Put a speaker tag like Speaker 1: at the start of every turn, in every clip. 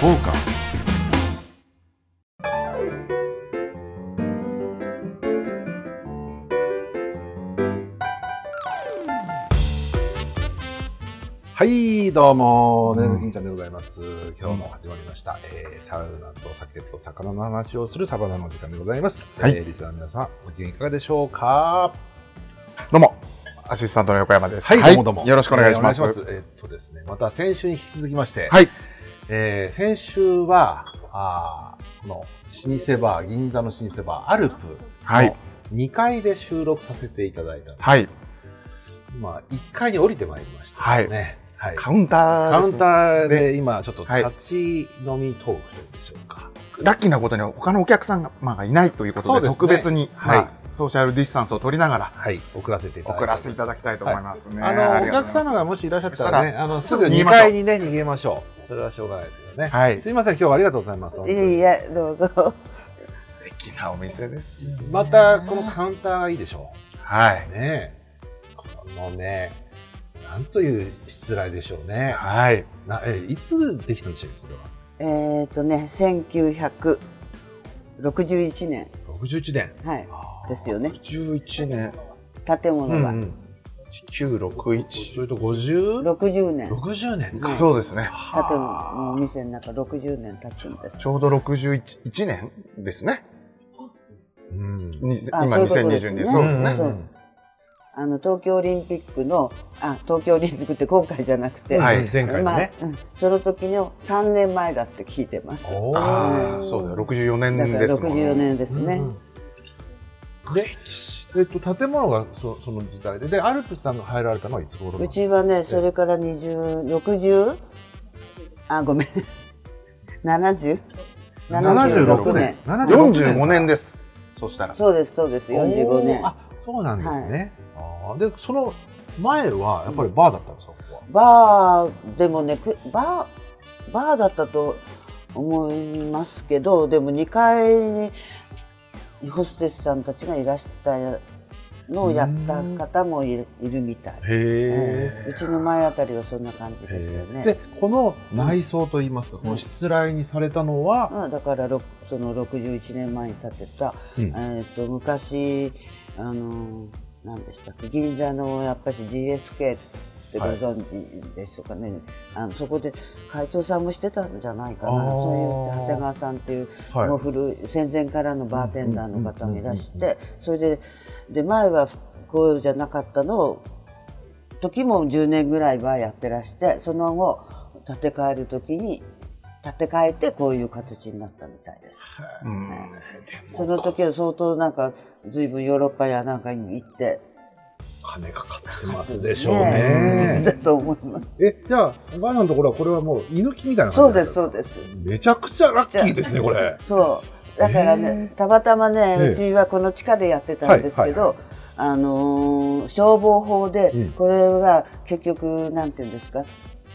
Speaker 1: フォーカスはい、どうも、ねずきんちゃんでございます。今日も始まりました、えーサウナと酒と魚の話をするサバナの時間でございます。
Speaker 2: はい
Speaker 1: えーリスナーの皆さん、ご機嫌いかがでしょうか
Speaker 2: どうも、アシスタントの横山です。
Speaker 1: はい、どうもどうも。
Speaker 2: よろしくお願いします。
Speaker 1: えーお願いしえーっとですね、また先週に引き続きまして、
Speaker 2: はい。
Speaker 1: えー先週は、あーこの老舗バー、銀座の老舗バー、アルプ
Speaker 2: はい。
Speaker 1: の2階で収録させていただいたんです。
Speaker 2: はい。
Speaker 1: まあ、1階に降りてまいりましたですね。はい
Speaker 2: カウンター
Speaker 1: カ
Speaker 2: です
Speaker 1: ウ
Speaker 2: ね
Speaker 1: ンターで今ちょっと
Speaker 2: はい
Speaker 1: 立ち飲みトークというんでしょうか。
Speaker 2: ラッキーなことに他のお客さんが、まあ、いないということ
Speaker 1: そう
Speaker 2: で、
Speaker 1: ですね
Speaker 2: 特別に、
Speaker 1: はい
Speaker 2: まあソーシャルディスタンスを取りながら
Speaker 1: はい、送らせていただいて。
Speaker 2: 送らせていただきたいと思いますね。
Speaker 1: あ
Speaker 2: あ
Speaker 1: の、お
Speaker 2: りがとう
Speaker 1: 客
Speaker 2: ござい
Speaker 1: 様
Speaker 2: ます
Speaker 1: がもしいらっしゃったらね、あの、すぐ
Speaker 2: 逃げ
Speaker 1: 2
Speaker 2: ましょう
Speaker 1: 階にね、逃げましょう。それはしょうがないですけどね。
Speaker 2: はい
Speaker 1: すいません、今日はありがとうございます。本当
Speaker 3: い
Speaker 1: に
Speaker 3: やいや、どうぞ。
Speaker 2: 素敵なお店ですよね。
Speaker 1: また、このカウンターがいいでしょ
Speaker 2: はい。
Speaker 1: う。ねえこのね、なんという失礼でしょうね。
Speaker 2: はい。
Speaker 1: なえ、いつできたんでしたっけ、これは。
Speaker 3: えっ、ー、とね、1961年、
Speaker 1: 61年。
Speaker 3: はい、ですよね。
Speaker 2: 11年、
Speaker 3: 建物が、
Speaker 1: そ
Speaker 2: 1961。
Speaker 1: れと 50?60
Speaker 3: 60年、
Speaker 1: 年か。
Speaker 2: そうですね。
Speaker 3: 建物のお店の中60年経つんです。
Speaker 2: ちょうど61年ですね。
Speaker 1: うん。
Speaker 2: に今
Speaker 3: あそういうことです
Speaker 2: 2020
Speaker 3: ね
Speaker 2: 年。そうですね。
Speaker 3: そうあの東京オリンピックの、あ、東京オリンピックって今回じゃなくて、
Speaker 2: はい
Speaker 1: 前回の
Speaker 3: まあ
Speaker 1: ね。
Speaker 3: うんその時の3年前だって聞いてます。
Speaker 1: おー
Speaker 2: ああ、そうだよ。64
Speaker 3: だ
Speaker 2: 年
Speaker 3: から
Speaker 2: ですもんね。
Speaker 3: 64年ですね。
Speaker 1: うんうんで、えっと、建物がそその時代で、で、アルプスさんが入られたのはいつ頃なんで
Speaker 3: う
Speaker 1: すか
Speaker 3: ちはね、それから20、60? あ、ごめん。70? 76年。
Speaker 2: 45年です。そしたら。
Speaker 3: そうです、そうです、45
Speaker 1: お
Speaker 3: 年
Speaker 1: ー。あ、そうなんですね。あーで、その前はやっぱりバーだったんですか、ここは。
Speaker 3: バーでもね、くバー、バーだったと思いますけど、でも2階にホステスさんたちがいらしたのをやった方もいるいるみたい。
Speaker 1: へ
Speaker 3: ええうちの前あたりはそんな感じでしたよね。
Speaker 1: で、この内装といいますか、このしつらいにされたのは、
Speaker 3: まあ、だからろくその61年前に建てた、
Speaker 1: うん
Speaker 3: えー、と昔あの何でしたっけ銀座のやっぱし GSK ってご存知でしょうかね、あのそこで会長さんもしてたんじゃないかな
Speaker 1: あー
Speaker 3: そういう長谷川さんっていう、
Speaker 1: はい
Speaker 3: もう古い戦前からのバーテンダーの方もいらし
Speaker 1: うんうんうん
Speaker 3: てそれでで前はこうじゃなかったのを時も10年ぐらいはやってらしてその後建て替える時に建て替えてこういう形になったみたいです
Speaker 2: うん
Speaker 3: その時は相当なんか随分ヨーロッパやなんかに行って
Speaker 1: 金かかってま
Speaker 2: ね
Speaker 3: だと思います
Speaker 1: え、じゃあ、お母さんのところはこれはもう居抜きみたいな感じ
Speaker 3: そう
Speaker 1: なん
Speaker 3: です
Speaker 1: か。
Speaker 3: そうです
Speaker 1: めちゃくちゃラッキーですね、これ。
Speaker 3: そうだからね
Speaker 1: へ
Speaker 3: たまたまね
Speaker 1: ええ
Speaker 3: うちはこの地下でやってたんですけど、あのー消防法で
Speaker 1: うん
Speaker 3: これが結局なんていうんですか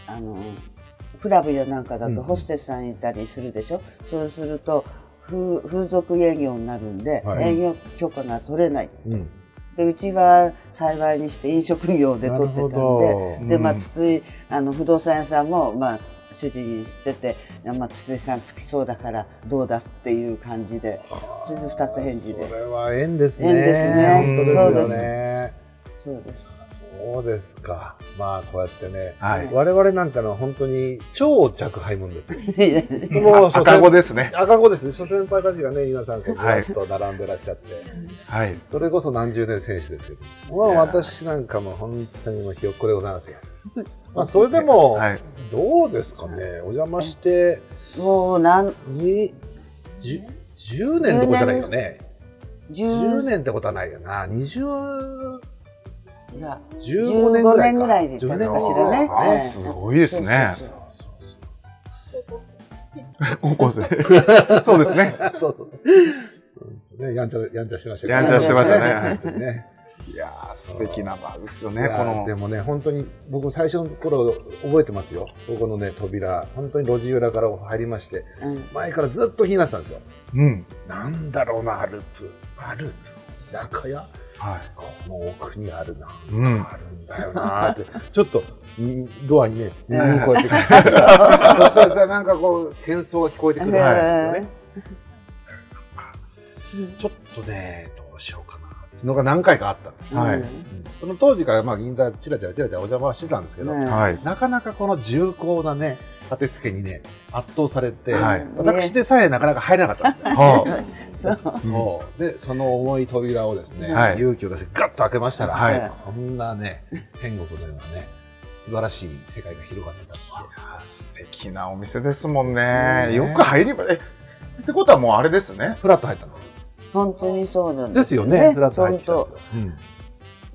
Speaker 3: あのークラブやなんかだ
Speaker 1: うんうん
Speaker 3: とホステスさんいたりするでしょ、そうすると風風俗営業になるんで、
Speaker 1: はい
Speaker 3: 営業許可が取れない
Speaker 1: うん。
Speaker 3: でうちは幸いにして飲食業で取ってたん
Speaker 1: なるほ
Speaker 3: で
Speaker 1: ど
Speaker 3: で、まあ、
Speaker 2: うん
Speaker 3: 筒井あの不動産屋さんも、まあ、主人知ってて、まあ、筒井さん好きそうだからどうだっていう感じでそれで二つ返事で
Speaker 1: それは縁ですね。
Speaker 3: 縁です
Speaker 2: ね
Speaker 1: 本当です
Speaker 2: そ
Speaker 1: よ
Speaker 2: う
Speaker 1: ね。
Speaker 3: そうです
Speaker 1: そうですか。まあこうやってね、
Speaker 2: はい。
Speaker 1: 我々なんかのは本当に超着配もんですよ。
Speaker 2: あ赤子ですね。
Speaker 1: 赤子です。諸先輩たちがね、皆さんこうず
Speaker 2: は
Speaker 1: ら
Speaker 2: い
Speaker 1: っと並んでらっしゃって、
Speaker 2: はい。
Speaker 1: それこそ何十年選手ですけど、まあ
Speaker 2: いやー
Speaker 1: 私なんかも本当にもうひよっこでございます よ。まあそれでも、
Speaker 2: はい。
Speaker 1: どうですかね。お邪魔して
Speaker 3: もうなん
Speaker 1: にじ10年ってことじゃないよね。10
Speaker 3: 10
Speaker 1: 年ってことはないよな。20
Speaker 3: いや
Speaker 1: 15年ぐらいか。
Speaker 3: 15年ぐらいです
Speaker 1: 15年
Speaker 3: かしらね
Speaker 2: あーすごいですね。
Speaker 3: そうそう
Speaker 1: そうそう
Speaker 2: 高校生。そうですね。
Speaker 1: そう そう。ね、やんちゃ、やんちゃしてましたけど
Speaker 2: やんちゃしてましたね
Speaker 1: ね。
Speaker 2: いやー、素敵な場ですよ
Speaker 1: い
Speaker 2: ね。こ
Speaker 1: やで
Speaker 2: の。
Speaker 1: もね、本当に、僕も最初の頃覚えてますよ。ここのね、扉、本当に路地裏から入りまして、
Speaker 3: うん
Speaker 1: 前からずっと気になってたんですよ。
Speaker 2: うん。
Speaker 1: なんだろうな、アルプ、アルプ、居酒屋。
Speaker 2: はい。
Speaker 1: この奥にあるな、
Speaker 2: うん
Speaker 1: あるんだよなーって、ちょっとんドアにね、耳こうや って、そし
Speaker 3: う
Speaker 1: たらなんかこう、喧騒が聞こえてくるんですよ
Speaker 3: へー
Speaker 1: ね。ちょっとね、どうしようかなっていうのが何回かあったんですよ。
Speaker 2: はい
Speaker 3: うん
Speaker 1: その当時からまあ銀座チラチラチラチラお邪魔はしてたんですけど、
Speaker 3: ね
Speaker 2: はい。
Speaker 1: なかなかこの重厚なね、立て付けにね、圧倒されて、
Speaker 2: はい
Speaker 1: 私でさえなかなか入れなかったんですね。
Speaker 2: は
Speaker 3: そう
Speaker 1: そうでその重い扉をですね、
Speaker 2: はい
Speaker 1: 勇気を出してガッと開けましたら、
Speaker 2: はい
Speaker 1: こんなね天国のようなね素晴らしい世界が広がってたとは
Speaker 2: あ。素敵なお店ですもん
Speaker 1: そう
Speaker 2: ね。
Speaker 1: ね
Speaker 2: よく入りば、え、ってことはもうあれですね。
Speaker 1: フラッと入ったんですよ
Speaker 3: 本当にそうなん
Speaker 1: で
Speaker 3: ですす
Speaker 1: よ
Speaker 3: よ
Speaker 1: ね
Speaker 3: ね。
Speaker 1: フラッと入
Speaker 3: 本
Speaker 1: ってきたんです
Speaker 3: 当
Speaker 1: よ、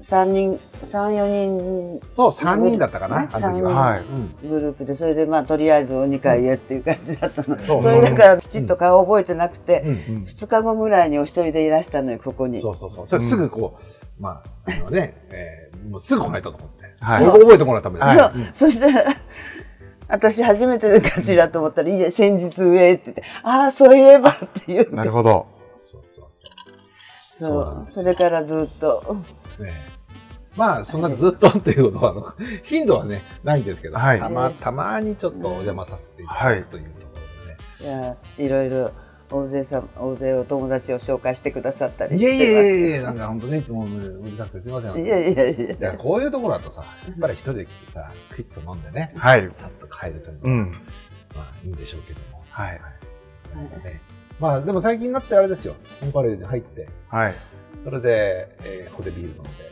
Speaker 3: 三人三四人
Speaker 1: そう3人だったかな、
Speaker 3: ね
Speaker 1: あの時は、
Speaker 2: は
Speaker 1: う
Speaker 2: い。
Speaker 1: ん
Speaker 3: グループでそれでまあとりあえずお二階へっていう感じだったの。
Speaker 1: そう
Speaker 3: それだからきちっと顔覚えてなくて、
Speaker 1: うん
Speaker 3: 二日後ぐらいにお一人でいらしたのよここに。
Speaker 1: そうそうそうそれすぐこう、まああのね、えーもうすぐ来ないとと思って、
Speaker 2: は
Speaker 1: そ
Speaker 2: い
Speaker 1: れを覚えてもらうために、
Speaker 2: はい
Speaker 3: そうそして私初めての勝ちだと思ったら「いや先日上へ」って言って「ああそういえば」っていう
Speaker 2: なるほど。
Speaker 1: そうそうそうそうなん
Speaker 3: そ
Speaker 1: で
Speaker 3: う
Speaker 1: す
Speaker 3: それからずっと
Speaker 1: そうねまあそんなずっとっていうことはあの 頻度はねないんですけど、
Speaker 2: はい
Speaker 1: たまたまにちょっとお邪魔させていただくというところでね、
Speaker 3: いやいろいろ大勢さん大勢お友達を紹介してくださったり
Speaker 1: い
Speaker 3: して
Speaker 1: や
Speaker 3: ます
Speaker 1: いやいやいや、なんか本当ね、いつもねうるさくてすみません。
Speaker 3: いやいやいや
Speaker 1: いやこういうところだとさ、やっぱり一人で来てさ、クイッと飲んでね、
Speaker 2: はい。
Speaker 1: さっと帰るというの
Speaker 2: う
Speaker 1: が、
Speaker 2: ん。
Speaker 1: まあいいんでしょうけども。
Speaker 2: はい。
Speaker 1: なんかね、まあでも最近になってあれですよ、コンパレルに入って、
Speaker 2: はい。
Speaker 1: それで、えーここでビール飲んで、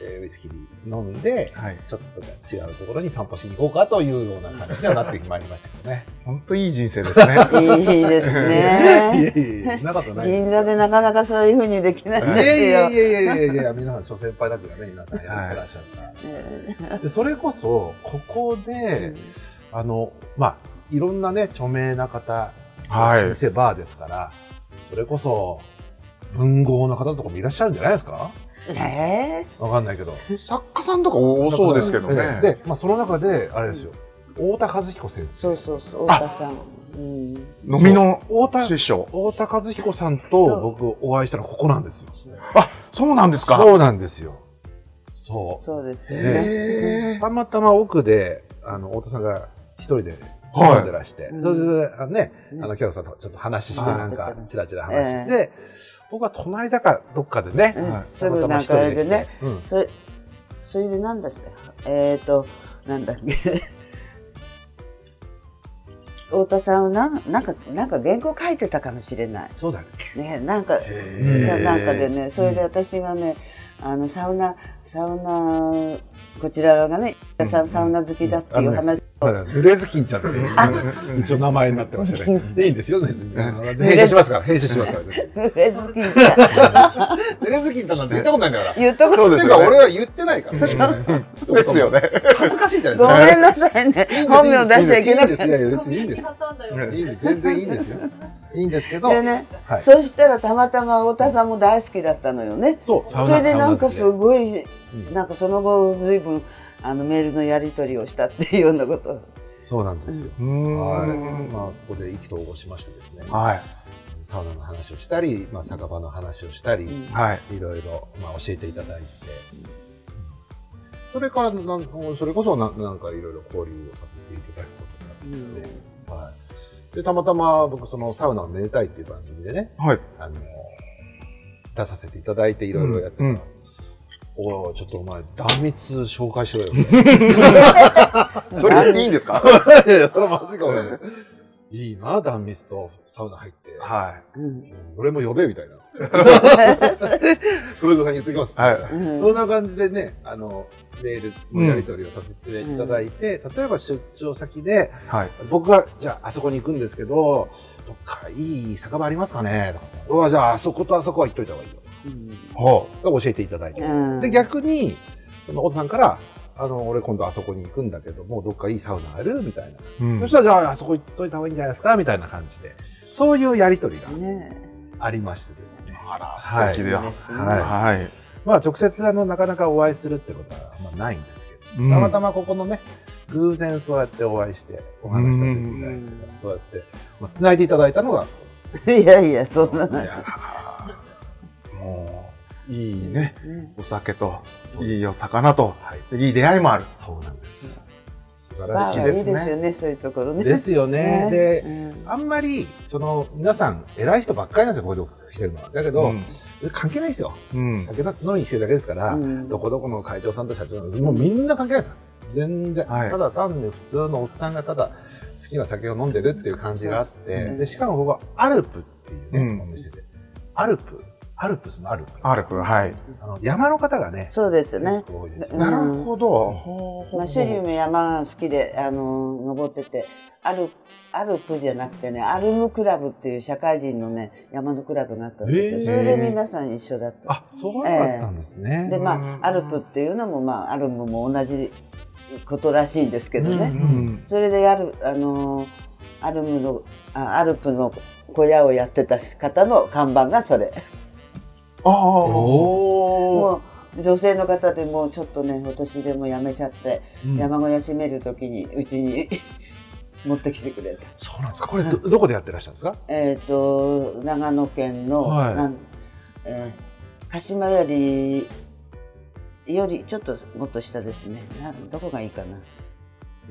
Speaker 1: えーウイスキー飲んで、
Speaker 2: はい。
Speaker 1: ちょっとじゃあ違うところに散歩しに行こうかというような感じにはなってまいりましたけどね。
Speaker 2: 本当いい人生ですね。
Speaker 3: いいです
Speaker 1: い
Speaker 3: ね
Speaker 1: やいやいや、そんなことないですよ。
Speaker 3: 銀座でなかなかそういうふうにできない
Speaker 1: い
Speaker 3: ん
Speaker 1: やい
Speaker 3: です
Speaker 1: や
Speaker 3: よ
Speaker 1: いやいやいやいや、皆さん、諸先輩たちがね、皆さんやってらっしゃった。
Speaker 3: え
Speaker 1: でそれこそここで、
Speaker 3: ー
Speaker 1: あのまあいろんなね著名な方、
Speaker 2: はい
Speaker 1: 老舗バーですからそれこそ文豪の方とかもいらっしゃるんじゃないですか
Speaker 3: ね
Speaker 1: わかんないけど
Speaker 2: 作家さんとか多そうですけど
Speaker 1: ええ
Speaker 2: ね。
Speaker 1: で、まあ、その中であれですよ太田和彦先生
Speaker 3: そうそうそう大田さんうん
Speaker 2: 飲みの
Speaker 1: 太田
Speaker 2: 師匠。
Speaker 1: 太田和彦さんと僕お会いしたのここなんですよ
Speaker 2: あ、そうなんですか。
Speaker 1: そうなんですよそう
Speaker 3: そうですよね
Speaker 2: へえ。
Speaker 1: たまたま奥であの太田さんが一人で
Speaker 2: はい
Speaker 1: 飲んでらして、
Speaker 3: うん
Speaker 1: それであのね
Speaker 3: うん
Speaker 1: あの、キャロさんとちょっと話して、
Speaker 2: はい
Speaker 1: なんか、ちらちら話し
Speaker 3: え
Speaker 1: て、僕は隣だか、どっかでね、
Speaker 3: うん
Speaker 2: はい
Speaker 3: すぐなんかあれでね
Speaker 1: たまたま一人で来て。
Speaker 3: それそれで何だっけえっ、ー、となんだっけ 太田さんはなんなんかなんか原稿書いてたかもしれない
Speaker 1: うん、そうだっけ。
Speaker 3: ねなんか
Speaker 1: へー
Speaker 3: なんかでねそれで私がね、あのサウナサウナこちらがねさんサウナ好きだっていう
Speaker 1: うんあ
Speaker 3: 話、
Speaker 1: ただ、濡れずきんちゃんっていう
Speaker 2: あ
Speaker 1: 一応名前になってましたね。でいいんですよ、別に。
Speaker 2: うん
Speaker 1: あの編集しますから、編集しますから。
Speaker 3: 濡れ好きじゃん
Speaker 1: 濡れずきんちゃんなんて言ったことないんだから。
Speaker 3: 言うと
Speaker 2: そ
Speaker 3: こ
Speaker 2: うで
Speaker 1: て
Speaker 2: す
Speaker 1: い
Speaker 2: よ
Speaker 1: う
Speaker 2: ね
Speaker 1: か、俺は言ってないから。
Speaker 2: ですよね。
Speaker 1: 恥ずかしいじゃないです
Speaker 3: ご
Speaker 1: か。
Speaker 3: めんなさいね本名出しちゃいけな
Speaker 1: て。
Speaker 3: くて
Speaker 1: いやいや別にいいんです。
Speaker 2: よ
Speaker 1: いいんです。全然いいんです よ。いいんですけど。
Speaker 3: でね、
Speaker 1: はい。
Speaker 3: そしたらたまたま太田さんも大好きだったのよね
Speaker 1: そう、サウ
Speaker 3: そ
Speaker 1: ナ
Speaker 3: れでなんかす
Speaker 1: サウナ好
Speaker 3: ごい
Speaker 1: きでうん
Speaker 3: なんかその後ずいぶんあのメールのやり取りをしたっていうようなこと
Speaker 1: そうなんですよ。
Speaker 2: うーん
Speaker 1: はい、まあ、ここで意気投合しましてですね、
Speaker 2: は
Speaker 1: サウナの話をしたり、まあ、酒場の話をしたり、
Speaker 3: うん
Speaker 2: い。はい。
Speaker 1: いろいろ、まあ、教えていただいて、それからなんそれこそななんかいろいろ交流をさせていただくことになってですね、はい、でたまたま僕そのサウナをめでたいっていう番組でね
Speaker 2: はい。
Speaker 1: あの出させていただいていろいろやってたら、
Speaker 2: うんうん
Speaker 1: おいちょっとお前断蜜紹介しろよ
Speaker 2: それ言っていいんですか。
Speaker 1: いやいやそれはまずいかもね。いいな、断蜜とサウナ入って。
Speaker 2: は
Speaker 3: うん
Speaker 1: 俺も呼べ、みたいな。 黒沢さんに言ってきます。
Speaker 2: は
Speaker 3: うん
Speaker 1: そんな感じでね、あの、メールのやり取りをさせていただいて、例えば出張先で、
Speaker 2: い。はい。
Speaker 1: 僕が、じゃあ、あそこに行くんですけど、どっかいい酒場ありますかねとか、うわじゃあ、あそことあそこは行っといた方がいいよ。
Speaker 2: ほ
Speaker 1: 教えていただいて。
Speaker 3: うん
Speaker 1: で、逆に、その、お父さんから、あの、俺今度あそこに行くんだけども、どっかいいサウナあるみたいな。
Speaker 2: う。うん
Speaker 1: そしたら、じゃあ、あそこ行っといた方がいいんじゃないですかみたいな感じで、そういうやりとりが
Speaker 3: ね
Speaker 1: ありましてですね。
Speaker 2: あら、素敵だ。
Speaker 3: えいい
Speaker 2: は
Speaker 3: ですね
Speaker 1: はい
Speaker 2: い。
Speaker 1: まあ、直接、あの、なかなかお会いするってことは、まあ、ないんですけど、
Speaker 2: うん
Speaker 1: たまたまここのね、偶然そうやってお会いして、お話しさせていただいて、
Speaker 3: うん
Speaker 1: そうやって、まあ、繋いでいただいたのが、
Speaker 3: いやいやそんなの
Speaker 1: いや
Speaker 2: もいいね、
Speaker 3: ね
Speaker 2: お酒と、
Speaker 1: そうです
Speaker 2: いいお魚と、
Speaker 1: はい、
Speaker 2: いい出会いもある。
Speaker 1: そうなんです。素晴
Speaker 3: バ
Speaker 1: らし
Speaker 3: ー
Speaker 1: い
Speaker 3: はい
Speaker 1: で
Speaker 3: い
Speaker 1: す。
Speaker 3: ですよね、そういうところね。
Speaker 1: ですよね。で、
Speaker 3: うん
Speaker 1: あんまり、その、皆さん、偉い人ばっかりなんですよ、ここで来てるのは。だけど、
Speaker 2: ん
Speaker 1: 関係ないですよ。
Speaker 2: うん。
Speaker 1: 酒飲みに来てるだけですから、
Speaker 3: うん
Speaker 1: どこどこの会長さんと社長さん、もうみんな関係ないですよ。全然。
Speaker 2: はい
Speaker 1: ただ単に普通のおっさんがただ好きな酒を飲んでるっていう感じがあっ
Speaker 3: そう
Speaker 1: て、
Speaker 2: です
Speaker 3: ね
Speaker 1: でしかも僕はアルプっていうね、
Speaker 2: うん
Speaker 1: お店で。アルプ、アルプスのアルプ。
Speaker 2: アルプ、はい。
Speaker 1: あの山の方がね、
Speaker 3: そうですね。
Speaker 1: 多いですよね。
Speaker 2: なるほど。
Speaker 3: まあ、主人も山が好きで、あのー登ってて、アル、アルプじゃなくてね、アルムクラブっていう社会人のね、山のクラブがあったんですよ。
Speaker 1: へー
Speaker 3: それで皆さん一緒だった。
Speaker 1: あ、そうだったんですね。
Speaker 3: で、ま
Speaker 2: うん
Speaker 3: あ、アルプっていうのも、まあ、アルムも同じことらしいんですけど
Speaker 1: う
Speaker 2: う
Speaker 3: ね。
Speaker 2: ん。
Speaker 3: それで、アル、あのーアルムの、あアルプの小屋をやってた方の看板がそれ。
Speaker 2: ああ。
Speaker 1: おお。
Speaker 3: もう、女性の方でもうちょっとね、私でも辞めちゃって、山小屋閉めるときにうちに 持ってきてくれた。
Speaker 1: そうなんですか。これどどこでやってらっしゃるんですか。
Speaker 3: えっ、と長野県の、
Speaker 1: はい
Speaker 3: なんえー鹿島よりよりちょっともっと下ですね。などこがいいかな。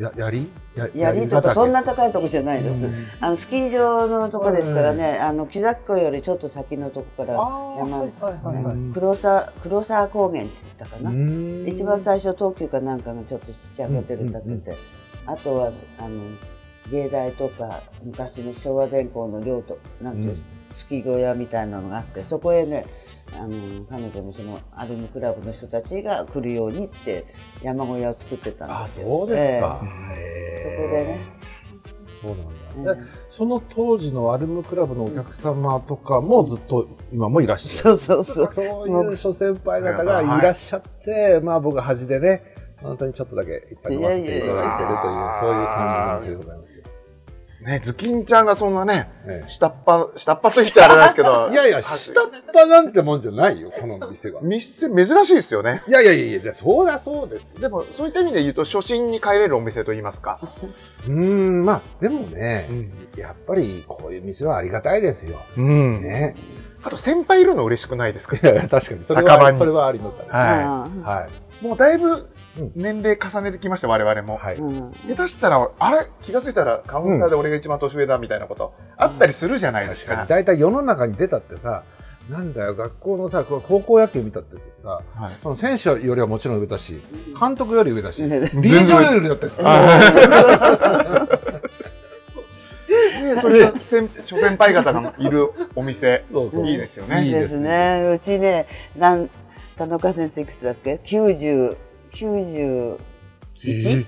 Speaker 1: ややりや
Speaker 3: 槍とかそんな
Speaker 1: と
Speaker 3: 高いとこじゃないです。あのスキー場のとこですからね、あの木崎湖よりちょっと先のとこから、山
Speaker 1: はいはいはいは
Speaker 2: うん
Speaker 1: い。
Speaker 3: 黒沢黒沢高原って言ったかな。
Speaker 1: うん
Speaker 3: 一番最初東急かなんかがちょっとちっちゃいホテル建てて、
Speaker 1: うんうん
Speaker 3: あとはあの芸大とか昔の昭和電工の寮となんていう、
Speaker 1: うん
Speaker 3: スキー小屋みたいなのがあってそこへねあの彼女もそのアルムクラブの人たちが来るようにって山小屋を作ってたん
Speaker 1: あ
Speaker 3: ですよ。
Speaker 1: そうですか、へ
Speaker 3: ええそこ
Speaker 1: え
Speaker 3: でね、
Speaker 1: そう
Speaker 3: う
Speaker 1: なん
Speaker 3: ん
Speaker 1: だ、でその当時のアルムクラブのお客様とかもずっと今もいらっしゃる、
Speaker 3: そうそうそう。
Speaker 1: そういう諸先輩方がいらっしゃって、まあ僕は端でね本当にちょっとだけいっぱい飲ませていただいてるという
Speaker 2: いやいやいや
Speaker 1: そういう感じの店でございますよ、
Speaker 2: ね、ズキンちゃんがそんなね、
Speaker 1: ええ
Speaker 2: 下っ端、下っ端と言っちゃあれなんですけ ど。
Speaker 1: いやいや下っ端なんてもんじゃないよこの店は
Speaker 2: 店、珍しいですよね。
Speaker 1: いやいやいやいやじゃあそりゃそうですよ
Speaker 2: でも、そういった意味で言うと、初心に帰れるお店と言いますか。
Speaker 1: うーんまあでもね、
Speaker 2: ん。
Speaker 1: やっぱりこういう店はありがたいですよ
Speaker 2: うん。
Speaker 1: ね
Speaker 2: あと、先輩いるの嬉しくないですか
Speaker 1: いやいや確かにそれ
Speaker 2: 酒場
Speaker 1: は
Speaker 2: に
Speaker 1: それはありますね
Speaker 2: は。
Speaker 3: う ん
Speaker 1: はい
Speaker 2: もうだいぶ
Speaker 1: うん、
Speaker 2: 年齢重ねてきました、我々
Speaker 1: い、
Speaker 2: も。
Speaker 1: はい
Speaker 3: うん
Speaker 2: 下手したら、あれ気がついたら、カウンターで俺が一番年上だ、みたいなこと、あったりするじゃないです
Speaker 1: 確か
Speaker 2: か
Speaker 1: に。大体世の中に出たってさなんだよ学校のさこう高校野球見たってさ
Speaker 2: はい
Speaker 1: その選手よりはもちろん上だし監督より上だし
Speaker 3: ね
Speaker 1: 理事長より上だったし
Speaker 2: ねそういった先諸先輩方がいるお店、
Speaker 1: そう そう
Speaker 2: いいですよ
Speaker 1: い
Speaker 2: ね。
Speaker 1: い
Speaker 3: ですね。うちね、なん田中先生いくつだっけ？九十九十一？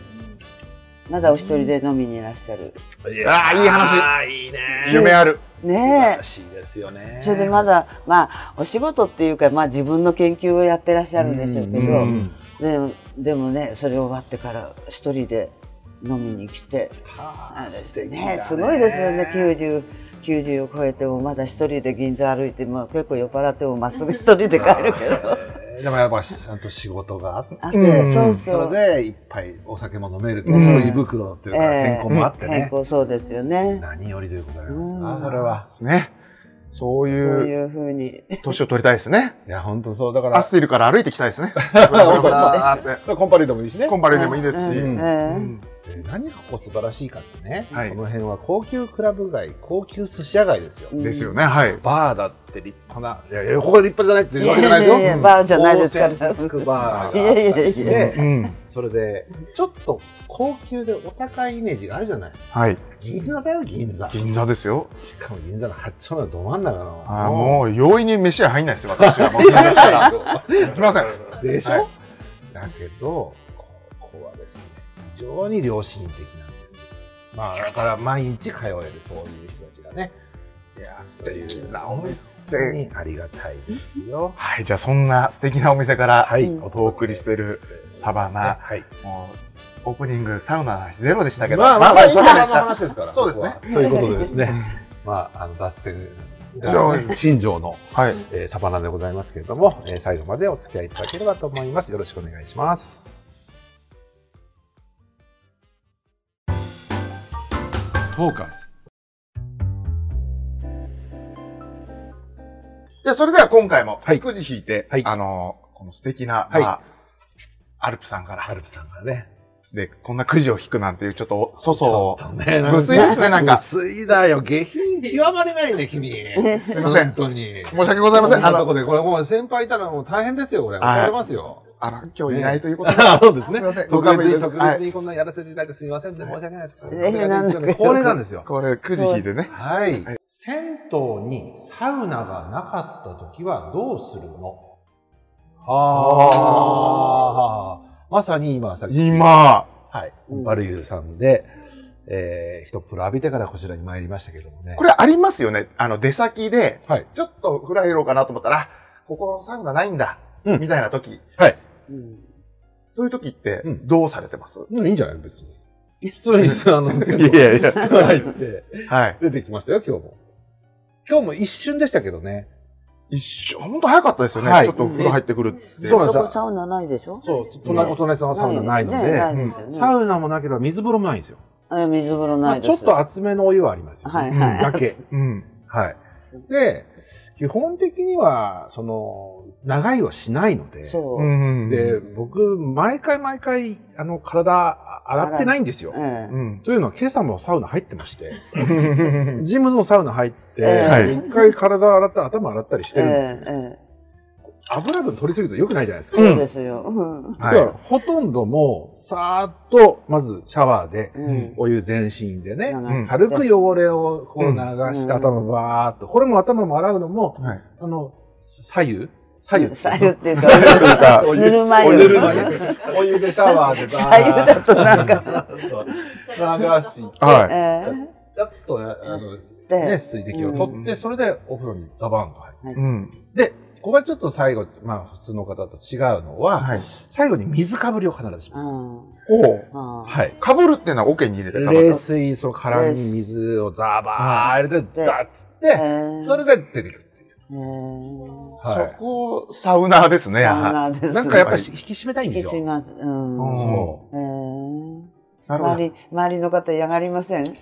Speaker 3: まだお一人で飲みにいらっしゃる。
Speaker 2: やーいい話
Speaker 1: あーいいね
Speaker 2: 夢ある。
Speaker 1: 素晴
Speaker 3: ね
Speaker 1: らしいですよね
Speaker 3: え。それでまだまあお仕事っていうかまあ自分の研究をやってらっしゃるんでしょうけ
Speaker 1: う
Speaker 3: ど、
Speaker 1: ん
Speaker 3: ででもねそれ終わってから一人で飲みに来て、あれですねすごいですよね九十。90を超えてもまだ一人で銀座歩いて、まあ、結構酔っ払ってもまっすぐ一人で帰るけど
Speaker 1: えーでもやっぱちゃんと仕事があって
Speaker 3: あ
Speaker 2: うん
Speaker 3: そうそ。
Speaker 1: そうれでいっぱいお酒も飲めるっていう
Speaker 2: うん
Speaker 1: そういう胃袋っていうか
Speaker 3: ええ
Speaker 1: 健康もあって
Speaker 3: 健
Speaker 1: ね
Speaker 3: 康そうですよね。
Speaker 1: 何よりでございます
Speaker 3: う
Speaker 1: なんそれは
Speaker 2: ね。そう
Speaker 3: そう
Speaker 2: いう
Speaker 3: いうふうに。
Speaker 2: 年を取りたいですね。
Speaker 1: いや本当そうだから
Speaker 2: アスティルから歩いていきたい ですね。
Speaker 1: 本
Speaker 2: ブラブラブラって
Speaker 1: コンパレードもいいしね
Speaker 2: コンパレーでもいいですし。
Speaker 3: うん
Speaker 1: うん
Speaker 3: え
Speaker 1: で何がここ素晴らしいかってね、
Speaker 2: はい
Speaker 1: この辺は高級クラブ街高級寿司屋街ですよ、
Speaker 3: う
Speaker 2: うん
Speaker 3: ん
Speaker 2: ですよね。はい。
Speaker 1: バーだって立派ないやいやここが立派じゃないって
Speaker 3: え
Speaker 1: 言うわけじゃないですよ
Speaker 3: いやいやいやバーじゃないですから。
Speaker 1: オーセンティックバー
Speaker 3: い
Speaker 1: があっ
Speaker 3: やい
Speaker 1: た
Speaker 3: や
Speaker 1: り
Speaker 3: い
Speaker 1: し
Speaker 3: や
Speaker 1: て
Speaker 2: うん。
Speaker 1: それでちょっと高級でお高いイメージがあるじゃない
Speaker 2: はい。
Speaker 1: 銀座だよ銀座
Speaker 2: 銀座ですよ。
Speaker 1: しかも銀座の八丁目のど真ん中の
Speaker 2: あーもう容易に飯は入んないですよ。私はもう銀座から。行きません。
Speaker 1: でしょ、
Speaker 2: はい
Speaker 1: だけどここはですね非常に良心的なんですまあだから毎日通えるそういう人たちがね
Speaker 2: いや素
Speaker 1: という
Speaker 2: 敵なお
Speaker 1: 本当
Speaker 2: 店。
Speaker 1: にありがたいですよ
Speaker 2: はい。じゃあそんな素敵なお店から。
Speaker 1: はい
Speaker 3: うん
Speaker 1: お届け
Speaker 2: サバナ
Speaker 1: はい
Speaker 2: もうオープニングサウナの話ゼロでしたけど、
Speaker 1: まあまあまあそ
Speaker 2: そ
Speaker 1: れ
Speaker 2: う
Speaker 1: は
Speaker 2: じゃ
Speaker 1: の
Speaker 2: ない
Speaker 1: 話
Speaker 2: ですか。
Speaker 1: ですから
Speaker 2: そうですね
Speaker 1: ここは ということでですねまああの脱線がね新庄の、
Speaker 2: はい。
Speaker 1: えー、サバナでございますけれども、えー、最後までお付き合いいただければと思いますよろしくお願いします
Speaker 2: トーカーズ。じゃあ、それでは今回も、
Speaker 1: はい
Speaker 2: くじ引いて、
Speaker 1: はい
Speaker 2: あのーこの素敵な、
Speaker 1: はい
Speaker 2: まあ、アルプさんから、
Speaker 1: アルプさんがね。
Speaker 2: で、こんなくじを引くなんていう、ちょっと、粗
Speaker 1: ち
Speaker 2: 相
Speaker 1: ょ
Speaker 2: を
Speaker 1: っとね、なんか
Speaker 2: 薄いですねなんか
Speaker 1: 薄いだよ。下品極まれないね、君。
Speaker 2: すいません
Speaker 1: 本当に。
Speaker 2: 申し訳ございません。あ
Speaker 1: あのとこ
Speaker 2: の、
Speaker 1: で、これもう先輩いたらもう大変ですよ、これ。
Speaker 2: はい
Speaker 1: 怒られますよ。
Speaker 2: あの今日いないということで、
Speaker 1: そうですね
Speaker 2: すいません。
Speaker 1: 特別に、
Speaker 2: ご勘弁くださ
Speaker 1: 特
Speaker 2: い
Speaker 1: 別にこんなやらせていただいてすみませんね。申し訳ないです。これがね一応
Speaker 3: なん
Speaker 1: ね
Speaker 3: か
Speaker 1: 恒例なんですよ。
Speaker 2: これ、くじ引いてね。
Speaker 1: はい。銭湯にサウナがなかった時はどうするのはあ。まさに今、さっき、
Speaker 2: 今、
Speaker 1: はい。
Speaker 3: うん
Speaker 1: バルユーさんで、えー、一風呂浴びてからこちらに参りましたけどもね。
Speaker 2: これありますよね。あの、出先で、
Speaker 1: はい。
Speaker 2: ちょっと風呂入ろうかなと思ったら、あここのサウナないんだ、
Speaker 1: うん
Speaker 2: みたいな時、
Speaker 3: うん
Speaker 2: そういう時って
Speaker 1: う、ん
Speaker 2: どうされてます、
Speaker 1: うんいいんじゃない別に。普通に、あ の、銭湯
Speaker 2: やいや。
Speaker 1: 入って、
Speaker 2: はい。
Speaker 1: 出てきましたよ、今日も。今日も一瞬でしたけどね。
Speaker 2: 一緒、ほんと早かったですよね。
Speaker 1: はい
Speaker 2: ちょっとお風呂入ってくるって。
Speaker 1: そうなんです
Speaker 3: そ
Speaker 1: よ
Speaker 3: こサウナないでしょ
Speaker 1: そう、隣、お隣さんはサウナないので、
Speaker 3: ないですねないですよ
Speaker 1: サ
Speaker 3: ね
Speaker 1: ウナもなければ水風呂もないんですよ。
Speaker 3: あ水風呂
Speaker 1: ま
Speaker 3: な
Speaker 1: あ
Speaker 3: いで
Speaker 1: ちょ
Speaker 3: す
Speaker 1: っと熱めのお湯はありますよ、ね。
Speaker 3: はいはい
Speaker 1: だ け。
Speaker 2: うん。
Speaker 1: はい。で、基本的には、その、長いはしないので、
Speaker 3: そうう、
Speaker 2: ん。
Speaker 1: で、僕、毎回毎回、あの、体、洗ってないんですよ。
Speaker 3: ええ
Speaker 2: うん。
Speaker 1: というのは、今朝もサウナ入ってまして、ジムのサウナ入って、
Speaker 3: はい
Speaker 1: 一回体洗ったり、頭洗ったりしてるんです。
Speaker 3: えええ
Speaker 1: 油分取りすぎると良くないじゃないです
Speaker 3: え
Speaker 1: か。
Speaker 3: そうですよう
Speaker 1: だ
Speaker 3: ん
Speaker 1: から
Speaker 2: は
Speaker 1: ほとんどもう、さーっと、まずシャワーで、
Speaker 3: うん
Speaker 1: お湯全身でね、
Speaker 2: ん
Speaker 1: 軽く汚れをこう流
Speaker 2: うん
Speaker 1: して、
Speaker 3: うん
Speaker 1: 頭バーっと。これも頭も洗うのも、
Speaker 2: い。はい。
Speaker 1: あの、左右左右。
Speaker 3: 左右っ ていう
Speaker 2: という
Speaker 3: か
Speaker 2: か、
Speaker 1: お湯
Speaker 3: ぬるま湯
Speaker 1: お湯ぬるま湯お湯でシャワーでバ
Speaker 3: 左右
Speaker 1: ー
Speaker 3: だとなんか
Speaker 1: ッと流して、
Speaker 2: は
Speaker 3: え
Speaker 1: ちょっとねあの、
Speaker 3: えで
Speaker 1: ね、水滴を取っ
Speaker 2: う
Speaker 1: て、
Speaker 2: ん
Speaker 1: それでお風呂にザバンと入る。
Speaker 2: い。うん。
Speaker 1: で、ここはちょっと最後、まあ普通の方と違うのは、
Speaker 2: はい。
Speaker 1: 最後に水かぶりを必ずし
Speaker 3: う
Speaker 1: ます。
Speaker 3: ん
Speaker 2: ほう。
Speaker 3: うん
Speaker 1: はい。
Speaker 2: かぶるっていうのは桶に入れてかぶ
Speaker 1: 冷
Speaker 2: る。
Speaker 1: 水、その殻に水をザバー入れて、
Speaker 3: で
Speaker 1: ザッつっ
Speaker 3: え
Speaker 1: て、
Speaker 3: え
Speaker 1: それで出てくるっていう。
Speaker 3: ええ
Speaker 1: はい
Speaker 2: そこ、サウナーですね。
Speaker 3: サウ
Speaker 2: は
Speaker 3: ナですね
Speaker 1: なんかやっぱり引き締めたいん
Speaker 3: 引
Speaker 1: で
Speaker 3: き
Speaker 1: す
Speaker 3: 締
Speaker 1: よ。
Speaker 3: まうん
Speaker 2: うん
Speaker 1: そう。
Speaker 3: ええ
Speaker 2: いなるほ
Speaker 3: 周り周りの方嫌がり ません冷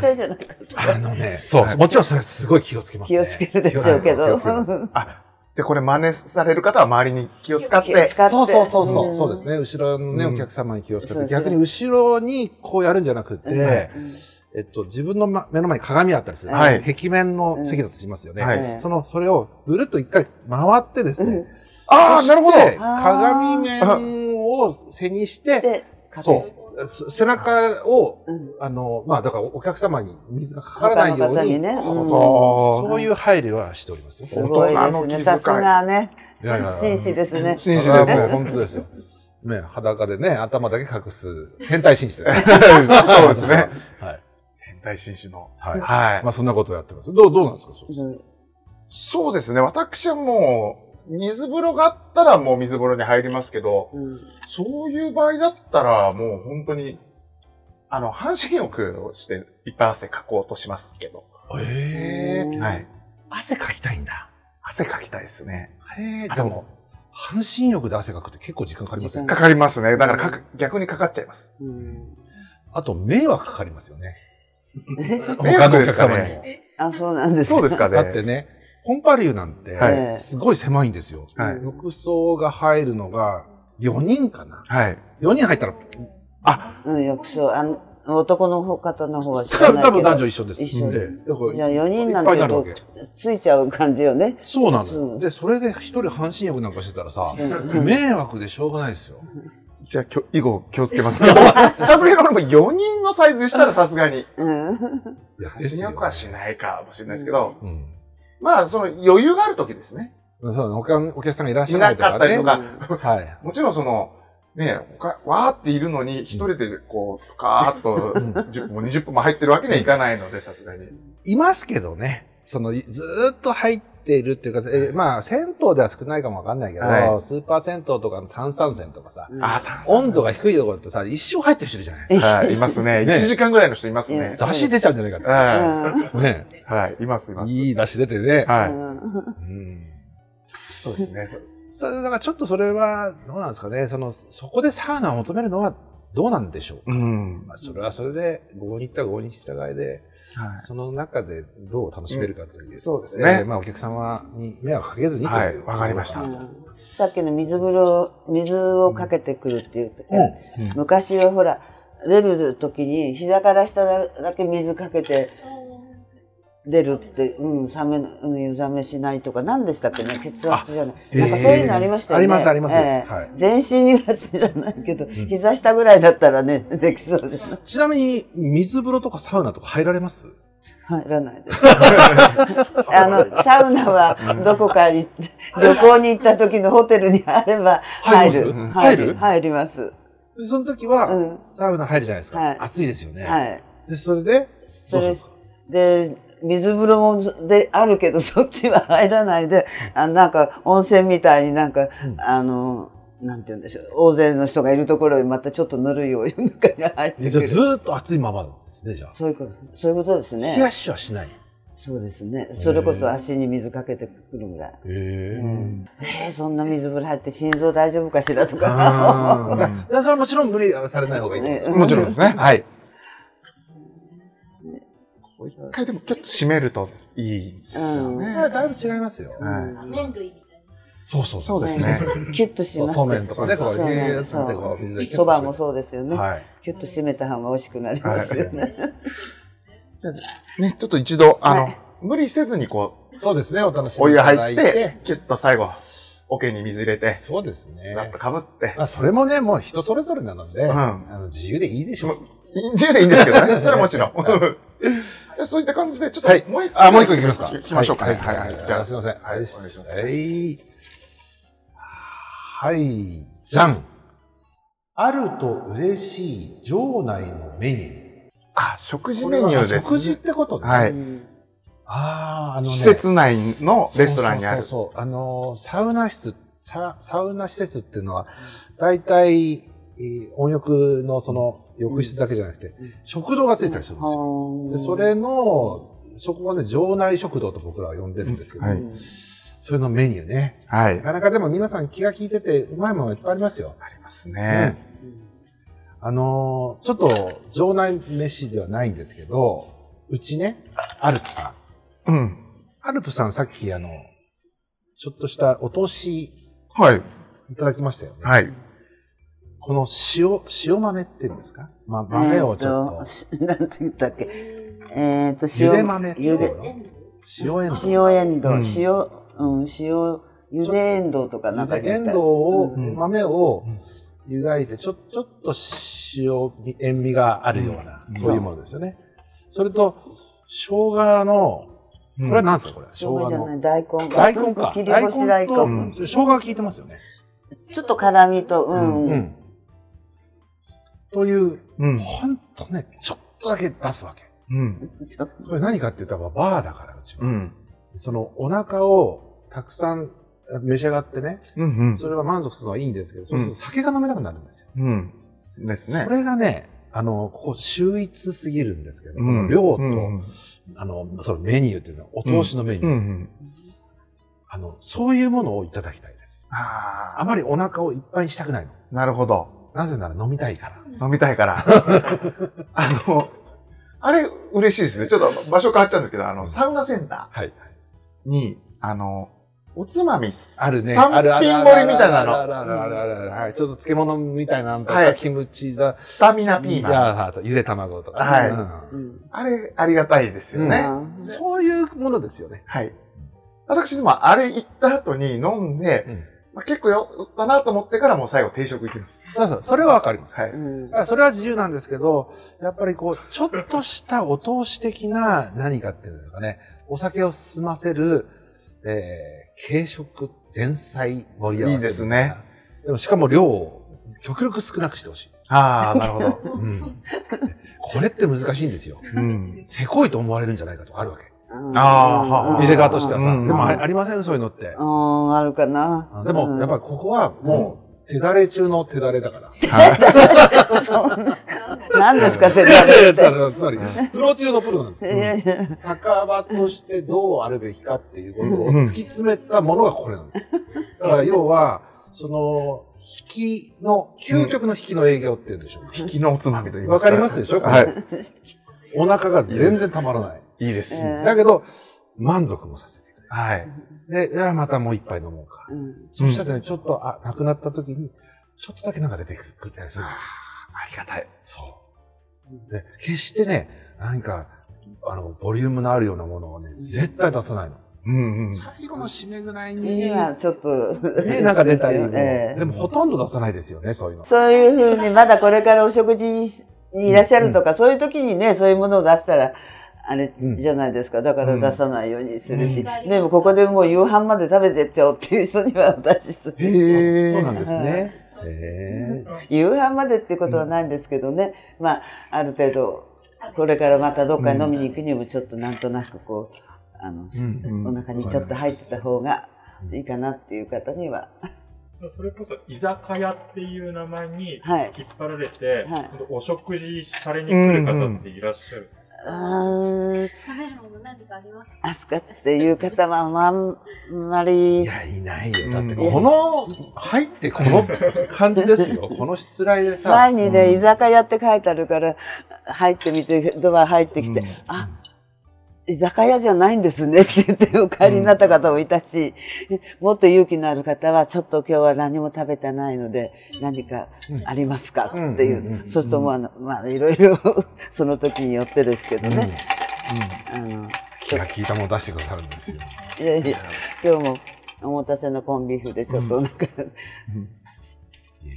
Speaker 3: たいじゃないかと
Speaker 1: あのね、そう、
Speaker 2: はい
Speaker 1: もちろんそれはすごい気をつけます、ね。
Speaker 3: 気をつけるでしょうけ
Speaker 1: 気
Speaker 3: ど
Speaker 1: をつけます
Speaker 2: ど。あ、で、これ真似される方は周りに気を使っ
Speaker 3: 気を
Speaker 2: て。
Speaker 3: 使って
Speaker 1: そうそうそうそう、
Speaker 3: ん
Speaker 1: そうですね。後ろのね、
Speaker 2: うん
Speaker 1: お客様に気をつけ
Speaker 3: そう
Speaker 1: て、
Speaker 3: そう
Speaker 1: 逆に後ろにこうやるんじゃなくて、
Speaker 3: うん
Speaker 1: えっと、自分の、ま、目の前に鏡あったりする、
Speaker 2: はい
Speaker 1: 壁面の席だとしますよね。
Speaker 2: はい
Speaker 3: ええ
Speaker 1: その、それをぐるっと一回回ってですね。
Speaker 2: ああ、なるほど。
Speaker 1: で
Speaker 3: あー
Speaker 1: 鏡面を背にして、
Speaker 3: で
Speaker 1: そう。す背中を、
Speaker 3: うん
Speaker 1: あの、まあ、だからお客様に水がかからないよ
Speaker 3: 他の
Speaker 1: う
Speaker 3: 方に
Speaker 1: に、
Speaker 3: ね、うん
Speaker 2: そ
Speaker 1: そういう配慮はしておりますよ。
Speaker 3: すごい
Speaker 2: 大
Speaker 3: で
Speaker 2: 人の
Speaker 3: す
Speaker 2: 気遣
Speaker 3: ね。
Speaker 2: い
Speaker 3: さすがね、
Speaker 1: いやいや
Speaker 3: 紳士ですね。
Speaker 2: 紳士
Speaker 1: で
Speaker 2: ですす
Speaker 1: よ、
Speaker 2: よ
Speaker 1: 本当ですよ。ね、裸でね、頭だけ隠す変態紳士です ね。
Speaker 2: そうですね。
Speaker 1: はい。
Speaker 2: 変態紳士の。
Speaker 1: はい。
Speaker 2: はい
Speaker 1: ま。あそんなことをやってます。どう、どうなんですかそう
Speaker 3: うん
Speaker 2: そうですね。私はもう、水風呂があったらもう水風呂に入りますけど、
Speaker 3: うん
Speaker 2: そういう場合だったらもう本当に、あの、半身浴をしていっぱい汗かこうとしますけど。
Speaker 1: え
Speaker 3: うん
Speaker 2: はい。
Speaker 1: 汗かきたいんだ。
Speaker 2: 汗かきたいですね。
Speaker 1: へえ
Speaker 2: あ
Speaker 1: でも、半身浴で汗かくって結構時間かかりません
Speaker 3: 時
Speaker 2: か
Speaker 3: 間
Speaker 2: かりますね。だからかく逆にかかっちゃいます。
Speaker 3: うん
Speaker 1: あと、迷惑かかりますよね。
Speaker 2: 迷
Speaker 1: 他の
Speaker 2: 惑
Speaker 1: お
Speaker 2: で
Speaker 1: 客
Speaker 2: すか
Speaker 1: 様
Speaker 2: ね
Speaker 1: にも。
Speaker 3: あ、そうなんです。、
Speaker 2: そうですか ね。
Speaker 1: だってね、コンパリューなんて
Speaker 2: はい
Speaker 1: すごい狭いんですよ。
Speaker 2: はい
Speaker 1: 浴槽が入るのが4人かな。
Speaker 2: はい。
Speaker 1: 4人入ったら、
Speaker 2: あ、
Speaker 3: うん、浴槽、あの男の方方の方は知
Speaker 1: 多
Speaker 3: らないけど。
Speaker 1: 分男女一緒です。
Speaker 3: 一緒
Speaker 1: でだから
Speaker 3: じゃあ4人なん
Speaker 1: いっぱいに
Speaker 3: てい
Speaker 1: な
Speaker 3: う
Speaker 1: るわ
Speaker 3: と
Speaker 1: け
Speaker 3: ついちゃう感じよね。
Speaker 1: そうなの
Speaker 3: う
Speaker 1: よ。
Speaker 3: ん
Speaker 1: で、それで一人半身浴なんかしてたらさ、
Speaker 3: うん
Speaker 1: 迷惑でしょうがないですよ。
Speaker 2: じゃあきょ以後気をつ けますけ ど、さすがに俺も4人のサイズにしたらさすがに。
Speaker 3: うん
Speaker 1: いや
Speaker 2: 半身浴はし
Speaker 1: い。
Speaker 2: ないかもしれないですけど、
Speaker 1: うん。
Speaker 2: まあその余裕がある時ですね。
Speaker 1: そうだねお客お客さんがいらっしゃらないとか
Speaker 2: い
Speaker 1: ね
Speaker 2: な。か
Speaker 1: はい。
Speaker 2: もちろんその、ね、他わーっているのに、一人で こう、カーッと
Speaker 1: ん
Speaker 2: 10分も20分も入ってるわけにはいかないので、さすがに。
Speaker 1: いますけどね。その、いずーっと入っているっていうか、えーまあ、銭湯では少ないかもわかんないけど、
Speaker 2: はい
Speaker 1: スーパー銭湯とかの炭酸泉とかさ、
Speaker 3: うん
Speaker 2: あー、
Speaker 1: 温度が低いところってさ、一生入ってる人いるじゃない
Speaker 2: はい、いますね。
Speaker 1: ね
Speaker 2: 1時間ぐらいの人いますね。
Speaker 1: 出汁出ちゃうんじゃないか
Speaker 2: は
Speaker 3: うん
Speaker 1: って。ね。
Speaker 2: い、はい、います、います。
Speaker 1: いい出汁出てね。
Speaker 2: は
Speaker 1: うん。
Speaker 2: い、そうですね。そ
Speaker 1: それだからちょっとそれは、どうなんですかね。その、そこでサウナを求めるのはどうなんでしょうか、
Speaker 2: うん。
Speaker 1: ま
Speaker 2: は
Speaker 1: あ、それはそれで午後に行ったら午後に従いでその中でどう楽しめるかという、
Speaker 2: んそうですね
Speaker 1: えーまあ、お客様に迷惑かけず
Speaker 2: い。
Speaker 1: に
Speaker 2: はい。
Speaker 1: とう
Speaker 2: わかりました。う
Speaker 3: う
Speaker 2: ん
Speaker 3: んさっきの水風呂水をかけてくるっていう、
Speaker 1: うん
Speaker 3: 昔はほら出る時に膝から下だけ水かけて出るって、うん、冷めうん湯冷めしないとか何でしたっけね血圧じゃない、
Speaker 1: あ
Speaker 3: なんかそういうのありましたよね、
Speaker 1: えーありますありますはい
Speaker 3: 全身には知らないけど、
Speaker 1: ん
Speaker 3: 膝下ぐらいだったらねできそうじゃない
Speaker 1: ちなみに水風呂とかサウナとか入られます
Speaker 3: 入らないですあのサウナはどこかに旅行に行った時のホテルにあれば入
Speaker 1: 入
Speaker 3: る
Speaker 1: ります
Speaker 3: 入
Speaker 1: 入る
Speaker 3: る入ります、
Speaker 1: その時は、
Speaker 3: うん
Speaker 1: サウナ入るじゃないですか、
Speaker 3: はい
Speaker 1: 暑いですよね、
Speaker 3: はい
Speaker 1: でそれで
Speaker 3: そ
Speaker 1: どうする
Speaker 3: れ
Speaker 1: んです
Speaker 3: で水風呂もであるけどそっちは入らないであなんか温泉みたいになんか、
Speaker 1: うん
Speaker 3: あのなんて言うんでしょう大勢の人がいるところにまたちょっとぬるいお湯の中に入っ
Speaker 1: か
Speaker 3: てく
Speaker 1: じゃあ
Speaker 3: る
Speaker 1: ずーっと暑いままなんですねじゃあ、
Speaker 3: そういうことそういうことです
Speaker 1: 冷や
Speaker 3: ね
Speaker 1: しはしない
Speaker 3: そうですねそれこそ足に水かけてくるぐらい、
Speaker 1: へえ
Speaker 3: うんえーそんな水風呂入って心臓大丈夫かしらとか
Speaker 1: あーそれはもちろん無理はされない方がいいと思います
Speaker 2: もちろんですね。はい。
Speaker 3: うん
Speaker 2: 一回でも、ちょっと締めるといいですよ
Speaker 1: い
Speaker 2: ね。
Speaker 1: やだいぶ違いますよ、
Speaker 2: はい
Speaker 4: 麺類みたい
Speaker 1: そうそう
Speaker 2: そうです
Speaker 3: は
Speaker 2: ね
Speaker 3: い。キュッとし
Speaker 1: そう
Speaker 3: ます
Speaker 1: そうめんとかね、
Speaker 2: そ
Speaker 1: こ
Speaker 2: う
Speaker 1: う、
Speaker 3: そう
Speaker 1: ぎゅーっつって
Speaker 3: そ
Speaker 1: こう、水で
Speaker 3: そばもそうですよ
Speaker 1: う
Speaker 3: ね、
Speaker 1: はい。
Speaker 3: キュッと締めた方が美味しくなりますよね、
Speaker 2: じゃあね、ちょっと一度、あの
Speaker 3: はい、
Speaker 2: 無理せずにこう、
Speaker 1: そうですね、お楽しみ
Speaker 2: お湯
Speaker 1: い
Speaker 2: が
Speaker 1: ただい
Speaker 2: 入って、、キュッと最後、桶に水入れて、
Speaker 1: そうですね
Speaker 2: ざ。っとかぶって。
Speaker 1: まあ、それもね、もう人それぞれなので、
Speaker 2: うん
Speaker 1: あの自由でいいでしょう。
Speaker 2: 10でいいんですけど ね。それはもちろん。でそういった感じで、ちょっと、
Speaker 1: はい
Speaker 2: もう一
Speaker 1: あ、もう一個いきますか。
Speaker 2: 行きましょうか。はい、はい、はい。
Speaker 1: じ
Speaker 2: じ
Speaker 1: ゃ
Speaker 2: ゃ
Speaker 1: あ、
Speaker 2: あ
Speaker 1: すいません。
Speaker 2: はい
Speaker 1: は
Speaker 2: お願
Speaker 1: い。
Speaker 2: いします
Speaker 1: はい。はい。じゃん。あると嬉しい場内のメニュー。
Speaker 2: あ、食事メニューです。
Speaker 1: 食事ってことね。
Speaker 2: はい
Speaker 3: うん
Speaker 1: ああ、あのね。
Speaker 2: 施設内のレストランにある。
Speaker 1: そうそうそうそうあのーサウナ室ササウナ施設っていうのは大体、えー温浴のその浴室だけじゃなくて、
Speaker 3: うん
Speaker 1: 食堂がついたりするんですよ、でそれのそこはね場内食堂と僕らは呼んでるんですけど、
Speaker 2: はい
Speaker 3: うん
Speaker 1: それのメニューね
Speaker 2: はい
Speaker 1: な。かなかでも皆さん気が利いててうまいものいっぱいありますよ
Speaker 2: ありますね。
Speaker 1: あのーちょっと場内飯ではないんですけどうちねアルプさん
Speaker 2: うん。
Speaker 1: アルプさんさっきあのちょっとしたお通し
Speaker 2: はい。
Speaker 1: いただきましたよね。
Speaker 2: はい。
Speaker 1: この塩、塩豆って言うんですか、まあ、豆をちょっと。
Speaker 3: えーとなんて言ったっけえっと
Speaker 1: ゆで豆っていう
Speaker 3: ゆ
Speaker 1: の
Speaker 3: で
Speaker 1: かな塩エンド
Speaker 3: 塩エンド
Speaker 2: うん
Speaker 3: ウ塩うん塩ゆでエンドウとかなんか
Speaker 1: エンドウを、豆を湯がいて、ちょ、ちょっと塩味、塩味があるような、
Speaker 2: うん
Speaker 1: そういうものですよね。それと、生姜の、これは何ですかこれ、生
Speaker 3: 生姜
Speaker 1: 姜
Speaker 3: じゃない
Speaker 1: の。
Speaker 3: 大根
Speaker 1: 大根か。
Speaker 3: 切り干し大根
Speaker 1: と、
Speaker 2: うん
Speaker 1: 生姜が効いてますよね。
Speaker 3: ちょっと辛みとう、
Speaker 2: うん
Speaker 1: うん。という、
Speaker 2: うん。
Speaker 1: ほんとね、ちょっとだけ出すわけ。
Speaker 2: うん。
Speaker 3: ちょっ
Speaker 1: これ何かって言ったら、バーだから、うちは。
Speaker 2: うん。
Speaker 1: そのお腹をたくさんあ召し上がってね、
Speaker 2: うん。
Speaker 1: それは満足するのはいいんですけど、そうする
Speaker 2: う
Speaker 1: と
Speaker 2: ん
Speaker 1: 酒が飲めなくなるんですよ。
Speaker 2: うん。ですね
Speaker 1: そ。れがね、あの、ここ秀逸すぎるんですけど、
Speaker 2: うん
Speaker 1: 量と、
Speaker 2: うん
Speaker 1: あの、そのメニューっていうのはお通しのメニュー、
Speaker 2: うん。
Speaker 1: あの、そういうものをいただきたいです。
Speaker 2: あ
Speaker 1: あまりお腹をいっぱいにしたくないの。
Speaker 2: あ、なるほど。
Speaker 1: なぜなら飲みたいから。
Speaker 2: 飲みたい から。あの、あれ、嬉しいですね。ちょっと場所変わっちゃうんですけど、あの、サウナセンタ
Speaker 1: はい。
Speaker 2: ーに、あの、おつまみ、
Speaker 1: あるね。
Speaker 2: 三
Speaker 1: あるあ
Speaker 2: 品
Speaker 1: るある
Speaker 2: 盛りみたいな
Speaker 1: あ
Speaker 2: の、
Speaker 1: るあるあるあるあるはい。ちょっと漬物みたいなのと
Speaker 2: は
Speaker 1: か、
Speaker 2: い
Speaker 1: キムチだ、
Speaker 2: スタミナピーマン。
Speaker 1: ン。とゆで卵とか。
Speaker 2: はい
Speaker 1: うん
Speaker 3: とうん
Speaker 2: あれ、ありがたいですよね。
Speaker 3: うん
Speaker 1: そういうものですよね。
Speaker 2: はい。私でも、あれ行った後に飲んで、まあ、結構酔ったなと思ってからもう最後定食行きます。
Speaker 1: そうそう、それはわかります。
Speaker 2: はい。
Speaker 3: うん
Speaker 1: だからそれは自由なんですけど、やっぱりこう、ちょっとしたお通し的な何かっていうんですかね、お酒を進ませる、えー、軽食、前菜盛り合わせみたな。
Speaker 2: いいですね
Speaker 1: でもしかも量を極力少なくしてほしい。
Speaker 2: ああ、なるほど。
Speaker 1: うん。これって難しいんですよ。
Speaker 2: うん。
Speaker 1: せこいと思われるんじゃないかとかあるわけ。
Speaker 3: うん
Speaker 2: あー
Speaker 1: 店側としてはさ。
Speaker 2: う
Speaker 1: で
Speaker 2: ん
Speaker 1: もあありませんそういうのって。
Speaker 3: うんあるかな
Speaker 1: でも、やっぱりここはもう、手だれ中の手だれだから。
Speaker 2: はい。
Speaker 3: ぱそんな
Speaker 4: な。
Speaker 3: 何ですかって
Speaker 1: いやいや
Speaker 3: ない
Speaker 1: やつまり、プロ中のプロなんですよ。
Speaker 3: やいや
Speaker 1: 酒場としてどうあるべきかっていうことを突き詰めたものがこれなんです。だから要は、その、引きの、究極の引きの営業っていうんでしょうか。
Speaker 2: 引きのおつまみと言いま
Speaker 1: わ
Speaker 2: すか
Speaker 1: かりますでしょ
Speaker 2: はい。
Speaker 1: お腹が全然たまらない。
Speaker 2: いいです。
Speaker 3: えー
Speaker 1: だけど、満足もさせてく
Speaker 2: はい。
Speaker 1: れる。で、じゃあまたもう一杯飲もうか。
Speaker 3: うん
Speaker 1: そしたらね、ちょっと、あ、なくなった時に、ちょっとだけなんか出てくるってありそうですよ。
Speaker 2: ありがたい。
Speaker 1: そう。で、決してね、何か、あの、ボリュームのあるようなものをね、絶対出さないの。
Speaker 2: うんうん。
Speaker 1: 最後の締めぐらいに、
Speaker 3: にはちょっと、
Speaker 1: ね、なんか出たりも、
Speaker 3: そうですよえ
Speaker 1: でもほとんど出さないですよね、そういうの
Speaker 3: え。そういうふうに、まだこれからお食事ににいらっしゃるとか、そういう時にね、そういうものを出したら、あれ
Speaker 1: うん
Speaker 3: じゃないですか。だから出さないようにするし、
Speaker 4: うん
Speaker 3: でもここでもう夕飯まで食べてっちゃおうっていう人には私する
Speaker 1: へ
Speaker 2: ー
Speaker 1: そうなんですね。へ
Speaker 3: 夕飯までってことはないんですけどね、まあある程度これからまたどっかに飲みに行くにもちょっとなんとなくこうあ
Speaker 1: う
Speaker 3: の、
Speaker 1: ん
Speaker 3: お腹にちょっと入ってた方がいいかなっていう方には、
Speaker 4: それこそ居酒屋っていう名前に
Speaker 3: はい
Speaker 4: 引っ張られて、
Speaker 3: はい
Speaker 4: 今度お食事されに来る方っていらっしゃる、
Speaker 3: うーん
Speaker 5: 食べるもの何かありますか
Speaker 3: アスカっていう方はあんま
Speaker 1: えい
Speaker 3: り
Speaker 1: や、いないよ。だって、
Speaker 2: うん
Speaker 1: この、入ってこの感じです よ。このしつらいでさ。
Speaker 3: 前にね、
Speaker 2: うん
Speaker 3: 居酒屋って書いてあるから入ってみてドア入ってきて、
Speaker 2: うん
Speaker 3: あ居酒屋じゃないんですねって言ってお帰りになった方もいたし、もっと勇気のある方はちょっと今日は何も食べてないので何かありますか
Speaker 1: うん
Speaker 3: っていう、
Speaker 1: うんうん
Speaker 3: そうするともうあの、まあいろいろその時によってですけど
Speaker 1: うん
Speaker 3: ね、あの
Speaker 1: 気が利いたもの出してくださるんですよ。
Speaker 3: いやいや今日もおもたせのコンビーフでちょっとなんか、
Speaker 1: いえい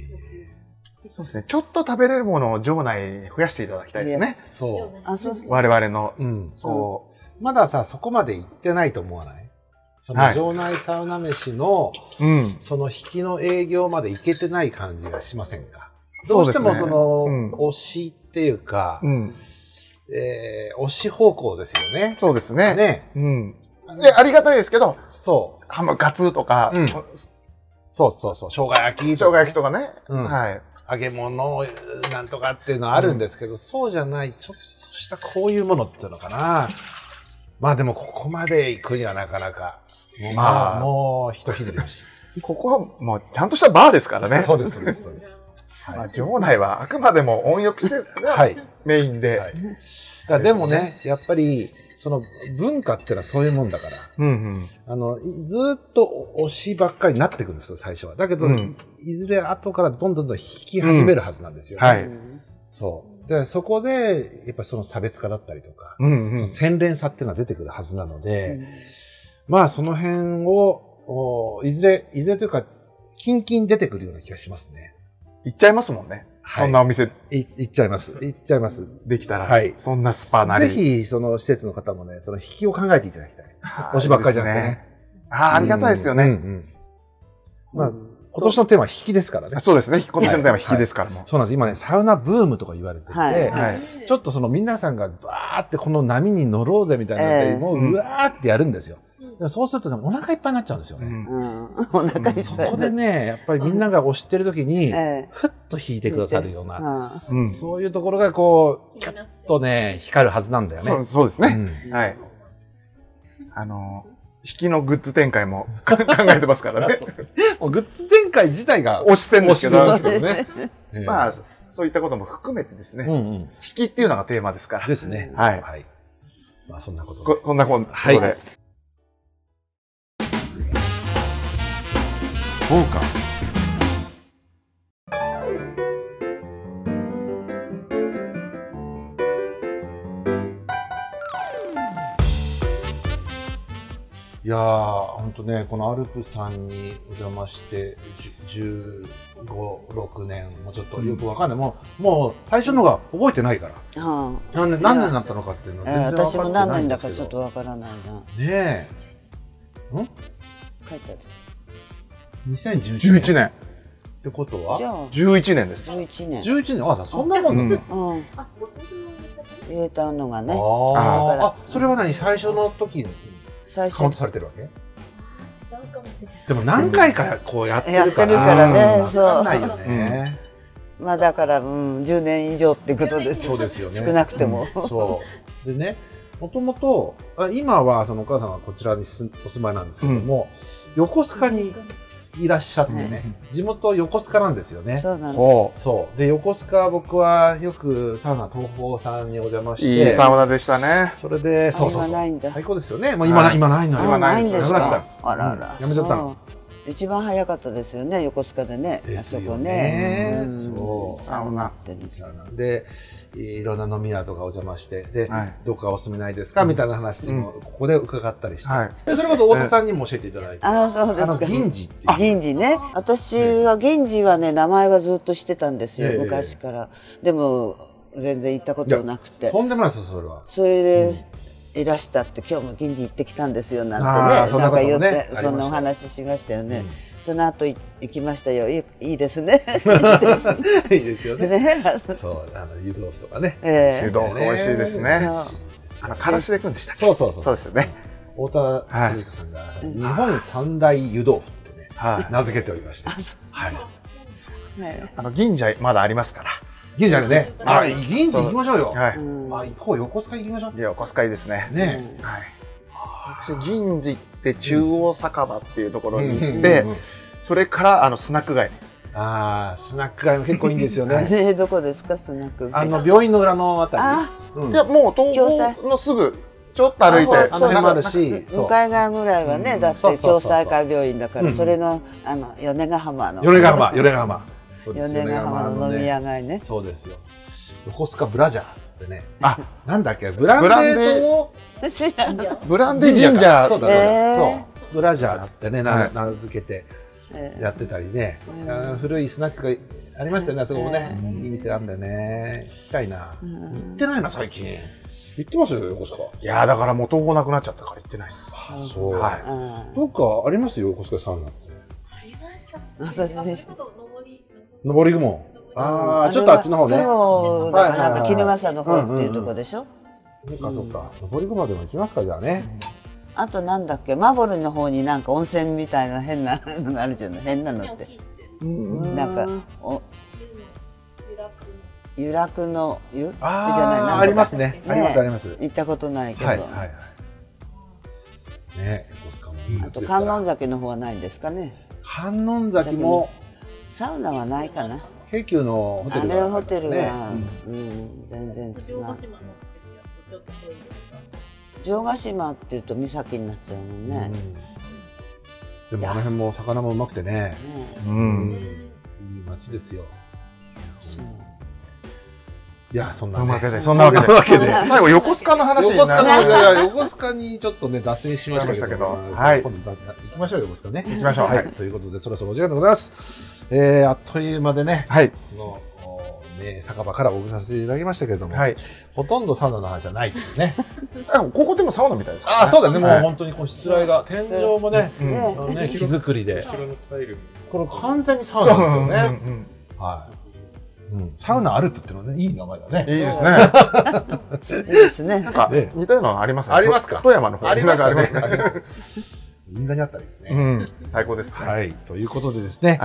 Speaker 1: え
Speaker 2: そうですね。ちょっと食べれるものを場内に増やしていただきたいですね。
Speaker 1: そ
Speaker 3: あそうそう
Speaker 2: 我々の。
Speaker 1: う。うん。
Speaker 2: そ
Speaker 1: まださ、そこまで行ってないと思わないそ
Speaker 2: は
Speaker 1: の
Speaker 2: い
Speaker 1: 場内サウナ飯の、
Speaker 2: う。うん。
Speaker 1: その引きの営業まで行けてない感じがしませんかど
Speaker 2: そううで
Speaker 1: して
Speaker 2: すね
Speaker 1: もその、
Speaker 2: うん
Speaker 1: 推しっていうか、
Speaker 2: うん。
Speaker 1: えー推し方向ですよね。
Speaker 2: そうですね。
Speaker 1: ね。
Speaker 2: うん。で、ありがたいですけど、
Speaker 1: そう。
Speaker 2: ハムカツとか、
Speaker 1: うん
Speaker 2: 生
Speaker 1: そうそうそう。生姜焼きと
Speaker 2: 姜
Speaker 1: か
Speaker 2: 焼きとかね。
Speaker 1: うん
Speaker 2: はい。
Speaker 1: 揚げ物なんとかっていうのはあるんですけど、そうじゃない、ちょっとしたこういうものっていうのかな。まあでもここまで行くにはなかなか、もうま
Speaker 2: ま
Speaker 1: あ
Speaker 2: あ
Speaker 1: もう一ひねりだし。
Speaker 2: ここはもうちゃんとしたバーですからね。
Speaker 1: そうです、そうです、そうです。
Speaker 2: ま
Speaker 1: は
Speaker 2: あ、
Speaker 1: い。
Speaker 2: 場内はあくまでも温浴施設が
Speaker 1: はい。
Speaker 2: メインで。
Speaker 1: はいだからでもね、やっぱり、その文化ってのはそういうもんだから、
Speaker 2: うんうん。
Speaker 1: あの、いずーっと推しばっかりになってくるんですよ、最初は。だけど、
Speaker 2: うん
Speaker 1: いずれ後からどんどんどん引き始めるはずなんですよね、
Speaker 2: はい
Speaker 3: うん
Speaker 1: そう。で、そこで、やっぱりその差別化だったりとか、
Speaker 2: うんう
Speaker 1: そ
Speaker 2: ん
Speaker 1: の。洗練さっていうのは出てくるはずなので、まあその辺を、おいずれ、いずれというか、キンキン出てくるような気がしますね。
Speaker 2: 行っちゃいますもんね。
Speaker 1: はい
Speaker 2: そんなお店
Speaker 1: い、いっちゃいます。いっちゃいます。
Speaker 2: できたら。
Speaker 1: はい
Speaker 2: そんなスパなり。
Speaker 1: ぜひ、その施設の方もね、その引きを考えていただきたい。
Speaker 2: はい、
Speaker 1: 推しばっかりじゃなくてね
Speaker 2: いいです。ああ、ありがたいですよね。
Speaker 1: うんうんまあ
Speaker 3: うん
Speaker 1: 今年のテーマは引きですからね
Speaker 2: あ。そうですね。今年のテーマ引きですからもう。
Speaker 1: そうなんです。今ね、サウナブームとか言われてて、
Speaker 3: はい
Speaker 2: はい
Speaker 1: ちょっとその皆さんがバーってこの波に乗ろうぜみたいなので、
Speaker 3: ええ
Speaker 1: もう
Speaker 2: うん
Speaker 1: うわーってやるんですよ。
Speaker 5: うん
Speaker 1: でもそうするとね、お腹いっぱいになっちゃうんですよ
Speaker 2: う
Speaker 1: ね。
Speaker 2: ん
Speaker 3: うん、 お腹いっぱい
Speaker 1: そこでね、やっぱりみんなが押してる時に、
Speaker 3: ええ
Speaker 1: ふっと引いてくださるような、
Speaker 3: うん
Speaker 2: うん
Speaker 1: そういうところがこう、キ
Speaker 5: 気
Speaker 1: ュ
Speaker 5: に
Speaker 1: ッ
Speaker 5: なっちゃ
Speaker 1: とね、光るはずなんだよね。
Speaker 2: そうそうですね。
Speaker 1: ね。
Speaker 2: はい。あの、引きのグッズ展開も 考えてますか らね。
Speaker 1: もうグッズ展開自体が
Speaker 2: 推してんですけど、
Speaker 1: 推してるんですけどね。ええ
Speaker 2: まあ、そういったことも含めてですね、
Speaker 1: うんうん。
Speaker 2: 引きっていうのがテーマですから。
Speaker 1: ですね。
Speaker 2: はい
Speaker 1: はい。まあ、そんなことで
Speaker 2: ここんなこんなこと
Speaker 1: はい
Speaker 2: で。フォーカス。
Speaker 1: いやー、ほんとね、このアルプさんにお邪魔して、じゅ15、6年、もうちょっとよくわかんない。もう、もう最初のが覚えてないから。
Speaker 3: うん
Speaker 1: 何年、何年になったのかっていうのは
Speaker 3: え
Speaker 1: 全
Speaker 3: え
Speaker 1: 然わかっ
Speaker 3: 私
Speaker 1: てない
Speaker 3: も何年
Speaker 1: んで
Speaker 3: だ
Speaker 1: すけ
Speaker 3: か
Speaker 1: ど
Speaker 3: ちょっとわからないな
Speaker 1: ね
Speaker 3: 書いてある
Speaker 1: え、2011
Speaker 2: 11
Speaker 1: 年。っ
Speaker 2: 年。
Speaker 1: てこと
Speaker 3: じ
Speaker 1: は
Speaker 3: ゃあ
Speaker 2: 11年です。
Speaker 3: 11年
Speaker 1: 11年あ、そんなもんなんだ。
Speaker 2: うん
Speaker 3: うん
Speaker 5: あ、ご自分の方
Speaker 3: 入れたのが
Speaker 1: あ
Speaker 3: ね
Speaker 1: ー
Speaker 3: だから
Speaker 1: あ、それは何最初の時に
Speaker 3: 最
Speaker 1: カウン
Speaker 3: 初
Speaker 1: トされてるわけ
Speaker 5: あ違うかもしれない
Speaker 1: でも何回かこうやってるから。
Speaker 3: やってるからね
Speaker 1: うんわかんないよね。
Speaker 3: まあだから、うん、10年以上ってことです
Speaker 1: そうですよね。
Speaker 3: 少なくても、
Speaker 1: そう。でね、もともと、あ今はそのお母さんはこちらにすお住まいなんですけども、横須賀にいらっしゃってね、
Speaker 3: は
Speaker 1: 地元横須賀なんですよね。
Speaker 3: そうなんです。
Speaker 2: ほ
Speaker 1: そう。で、横須賀僕はよくサウナ東宝さんにお邪魔
Speaker 2: う。
Speaker 1: して、
Speaker 2: いいサウナでしたね。
Speaker 1: それで、そうそう
Speaker 3: あ今
Speaker 1: そ
Speaker 3: な
Speaker 1: う。
Speaker 3: いんだ。
Speaker 1: 最高ですよね。もう今な、
Speaker 2: はい
Speaker 1: 今ないの
Speaker 2: あ
Speaker 1: よ。
Speaker 3: あ
Speaker 2: 今
Speaker 3: な
Speaker 2: ない
Speaker 3: い
Speaker 2: ん
Speaker 3: ん
Speaker 2: です
Speaker 3: で
Speaker 1: よ
Speaker 3: す
Speaker 1: やめました
Speaker 3: か。あらあら。
Speaker 1: うんやめちゃったの
Speaker 3: そう。一番早かったですよね、横須賀でね。
Speaker 1: ですよね
Speaker 3: あそこね。ん
Speaker 1: そう
Speaker 3: サウナってね。
Speaker 1: サウナで、いろんな飲み屋とかお邪魔して、で、
Speaker 2: はい
Speaker 1: どこかお住みないですかみたいな話もここで伺ったりして、
Speaker 2: はい。
Speaker 1: でそれこそ太田さんにも教えていただいて、
Speaker 3: ああ、そうで
Speaker 1: あ
Speaker 3: す
Speaker 1: の、
Speaker 3: か。
Speaker 1: 銀次っていう。
Speaker 3: 銀次ね私は銀次はね名前はずっとしてたんですよ、
Speaker 1: ええ
Speaker 3: 昔からでも全然行ったことなくて
Speaker 1: とんでもないですよ、それは。
Speaker 3: それで、いらしたって今日も銀次行ってきたんですよ
Speaker 1: あ
Speaker 3: な
Speaker 1: あ
Speaker 3: んて
Speaker 1: そ
Speaker 3: ね
Speaker 1: ん
Speaker 3: な
Speaker 1: なんこともね
Speaker 3: か言って
Speaker 1: ありました
Speaker 3: そんなお話ししましたよね、
Speaker 1: うん
Speaker 3: その後い行きましたよいいいいですねいいですね
Speaker 1: いいですよね。
Speaker 3: ね
Speaker 1: そう、あの、湯豆腐とかね。
Speaker 3: え
Speaker 2: 湯
Speaker 3: え
Speaker 2: 豆腐美味しいですね。
Speaker 1: 美味しいです
Speaker 2: あの、からしでいくんでしたっけ
Speaker 1: そうそうそう
Speaker 2: そうですよね。
Speaker 1: 太田和彦さんが、日本三大湯豆腐ってね、
Speaker 2: はい。
Speaker 1: 名付けておりまして
Speaker 3: あ。そ
Speaker 1: はい。
Speaker 3: うね
Speaker 2: あの、銀じゃまだありますか
Speaker 1: 銀次あるね。あ、
Speaker 5: はい
Speaker 1: 銀次行きましょうよ。
Speaker 2: ら。は
Speaker 3: う
Speaker 2: い。
Speaker 3: ん
Speaker 1: あ、行こう、横須賀行きましょ
Speaker 2: いや、横須賀いいですね
Speaker 1: う。。ね
Speaker 3: うん
Speaker 2: はい。私、銀次って中央酒場っていうとこ
Speaker 1: え。
Speaker 2: ろに行っ
Speaker 1: で
Speaker 2: て、、それから、あの、スナック街に。
Speaker 1: ああ、スナック街も結構いいんですよ ね。
Speaker 3: ねどこですかスナック
Speaker 1: あの、病院の裏のあた
Speaker 3: あ
Speaker 1: り。うん
Speaker 2: いや、もう東
Speaker 3: 共
Speaker 2: 方のすぐ、ちょっと歩いて、
Speaker 3: あ
Speaker 1: あの
Speaker 3: そ
Speaker 1: 辺
Speaker 3: うそう
Speaker 1: もある
Speaker 2: し
Speaker 1: し、
Speaker 3: 向
Speaker 1: そう。
Speaker 3: かい側ぐらいは
Speaker 1: う
Speaker 3: ね
Speaker 1: ん
Speaker 3: だっ
Speaker 1: そう
Speaker 3: て
Speaker 1: そうそう
Speaker 3: 共
Speaker 1: そう
Speaker 3: 済会病院だか
Speaker 1: う
Speaker 3: ら
Speaker 1: ん
Speaker 3: それのあの米ヶ浜の
Speaker 1: 米ヶ浜、米ヶ浜。そうです
Speaker 3: 米ヶ浜の飲み。屋街ね
Speaker 1: そうですよ。横須賀ブラジャーっつってね。
Speaker 2: あ、
Speaker 1: なんだっけ、ブランデーと。
Speaker 3: 知らん
Speaker 2: ブラン
Speaker 1: で
Speaker 2: デー神社。
Speaker 1: そうだそう
Speaker 3: え
Speaker 1: だ。
Speaker 3: ー
Speaker 1: そう。ブラジャーっつってね、
Speaker 2: は
Speaker 1: ない名付けて
Speaker 3: ええ
Speaker 1: やってたりね
Speaker 3: う。ん
Speaker 1: あー古いスナックがありましたよね、あそこもね
Speaker 3: う。
Speaker 1: いい店あんだよね。行きたいな。
Speaker 3: う
Speaker 1: 行
Speaker 3: ん
Speaker 1: ってないな、最近。行ってますよ、横須賀。
Speaker 2: いや、だからもう東方なくなっちゃったから行ってないです。
Speaker 1: あ、そう。
Speaker 2: はい
Speaker 3: うん
Speaker 1: どっかありますよ、横須賀サウナって。
Speaker 5: ありました。
Speaker 3: 私
Speaker 5: あそれこそ登り。
Speaker 1: 登り雲。あーちょっとあっちの方ね
Speaker 3: そうだからなん
Speaker 1: はいはい
Speaker 3: か
Speaker 1: はい
Speaker 3: 衣笠の方っていうとこでしょ
Speaker 1: そっかそっか。登り雲でも行きますか、じゃあね。
Speaker 3: あとなんだっけマボルの方になんか温泉みたいな変なのがあるじゃない変なの
Speaker 5: 大
Speaker 3: って
Speaker 5: きいって
Speaker 2: うん
Speaker 3: なんかお
Speaker 5: いうのを揺ら
Speaker 3: 由楽
Speaker 5: くの
Speaker 3: の湯
Speaker 1: あ
Speaker 3: じゃないなんと
Speaker 1: あ、
Speaker 3: か
Speaker 1: ありますね。
Speaker 3: ね
Speaker 1: あります、あります。
Speaker 3: 行ったことないけど、
Speaker 1: はい、はい、はい。ね、横須賀もいい
Speaker 3: あ
Speaker 1: 街
Speaker 3: と
Speaker 1: ですか
Speaker 3: 観
Speaker 1: ら
Speaker 3: 音。崎の方はないんですかね
Speaker 1: 観音崎も
Speaker 3: サウナはないかな
Speaker 1: 京急のホテ
Speaker 3: あ
Speaker 1: ル
Speaker 3: れ
Speaker 1: があ
Speaker 3: ホ
Speaker 1: りま
Speaker 3: テ
Speaker 1: す
Speaker 3: ル
Speaker 1: ね。
Speaker 3: は、うん、全然違
Speaker 5: 城ヶ
Speaker 3: う
Speaker 5: 島のちょっと遠い
Speaker 3: 城ヶ島っていうと岬になっちゃうもんね,、ね
Speaker 1: うんでもあの辺も魚もうまくてね、
Speaker 2: う。
Speaker 1: うんん、いい街ですよ。
Speaker 3: そう
Speaker 1: いやそん
Speaker 2: そ
Speaker 1: な、
Speaker 2: んな
Speaker 1: ね
Speaker 2: わけ、で、
Speaker 1: そ
Speaker 2: そ
Speaker 1: ん
Speaker 2: ん
Speaker 1: な
Speaker 2: な
Speaker 1: わ
Speaker 2: わ
Speaker 1: け
Speaker 2: け
Speaker 1: で
Speaker 2: で。最後、横須賀の話に
Speaker 1: 横須賀
Speaker 2: な
Speaker 1: の
Speaker 2: る。
Speaker 1: いやいや横須賀にちょっとね脱線しましたけど
Speaker 2: しましたけど
Speaker 1: まあ
Speaker 2: はい
Speaker 1: 今度ざ行きましょうよ横須賀ね。行
Speaker 2: きましょう
Speaker 1: は
Speaker 2: はい
Speaker 1: い、ということでそろそろお時間でございます。えー、あっという間でね、
Speaker 2: はい。
Speaker 1: このお名酒場からお送りさせていただきましたけれども、
Speaker 2: はい。
Speaker 1: ほとんどサウナの話じゃないというね。
Speaker 2: あここでもサウナみたいですか、
Speaker 1: あーそうだね、
Speaker 2: はい
Speaker 1: もう本当にこうしつらいが天井もね、
Speaker 2: うん
Speaker 3: ね
Speaker 1: ね 木作りで
Speaker 4: 後ろのタイルも
Speaker 1: これ完全にサウ
Speaker 2: そ
Speaker 1: ナ
Speaker 2: う
Speaker 1: ですよ
Speaker 2: ですよ
Speaker 1: ね。
Speaker 2: ね。
Speaker 1: はい。うん、サウナアルプっていうのはねいい名前だね。
Speaker 2: いいですね。
Speaker 3: いいですね
Speaker 2: なんか
Speaker 1: ね
Speaker 2: 似たようなのありますね。
Speaker 1: ありますか
Speaker 2: 富山の方なんかありますね。
Speaker 1: ね。銀座にあったりですね。
Speaker 2: うん。最高ですね。はい。
Speaker 1: はい、ということでですね、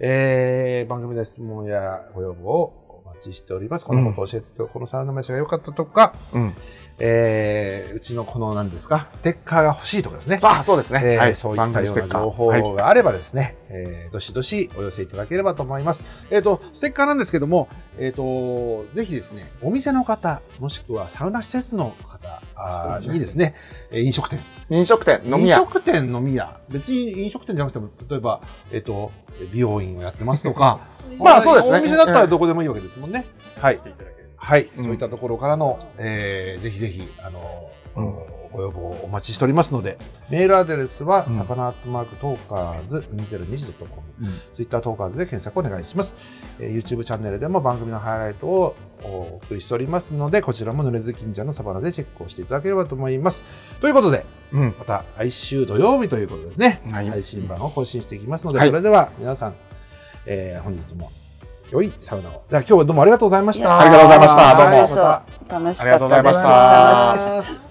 Speaker 1: えー番組の質問やご要望をお待ちしております。このことを教えてと、このサウナ飯が良かったとか、
Speaker 2: うん。
Speaker 1: えーうちのこの何ですか、ステッカーが欲しいとかですね。
Speaker 2: さあ、そうですね。
Speaker 1: えー
Speaker 2: はい。
Speaker 1: そういったような情報
Speaker 2: はい。
Speaker 1: があればですね、えーどしどしお寄せいただければと思います。えっ、と、ステッカーなんですけども、えっ、と、ぜひですね、お店の方、もしくはサウナ施設の方あ
Speaker 2: そうです
Speaker 1: ー
Speaker 2: ね
Speaker 1: にですね、えー飲食店、
Speaker 2: 飲食店、飲み
Speaker 1: 飲
Speaker 2: 屋。
Speaker 1: 食店、飲み屋、別に飲食店じゃなくても、例えば、えっ、と、美容院をやってますとか、
Speaker 5: と ころ
Speaker 2: まあそうですね
Speaker 1: お店だったらどこでもいいわけですもんね。はい
Speaker 4: し。ていただける
Speaker 1: はい、
Speaker 2: うん
Speaker 1: そういったところからの、えーぜひぜひ、あの、
Speaker 2: うん
Speaker 1: ご要望をお待ちしておりますので、メールアドレスは、
Speaker 2: うん
Speaker 1: サバナアットマークトーカーズ 2020.com、
Speaker 2: うん
Speaker 1: ツイッタートーカーズで検索お願いします、えー YouTube チャンネルでも番組のハイライトをおお送りしておりますので、こちらも濡れず近所のサバナでチェックをしていただければと思います。ということで、
Speaker 2: うん。
Speaker 1: また来週土曜日ということですね。
Speaker 2: はい
Speaker 1: 配信版を更新していきますので、
Speaker 2: はい
Speaker 1: それでは皆さん、えー本日も良いサウナを。じゃあ今日はどうもありがとうございまし
Speaker 3: いや
Speaker 1: た。
Speaker 3: ありがとうございました
Speaker 2: どうも
Speaker 1: はい
Speaker 3: そう楽しかったです
Speaker 2: ありがとうございました
Speaker 3: 楽しかった
Speaker 1: た。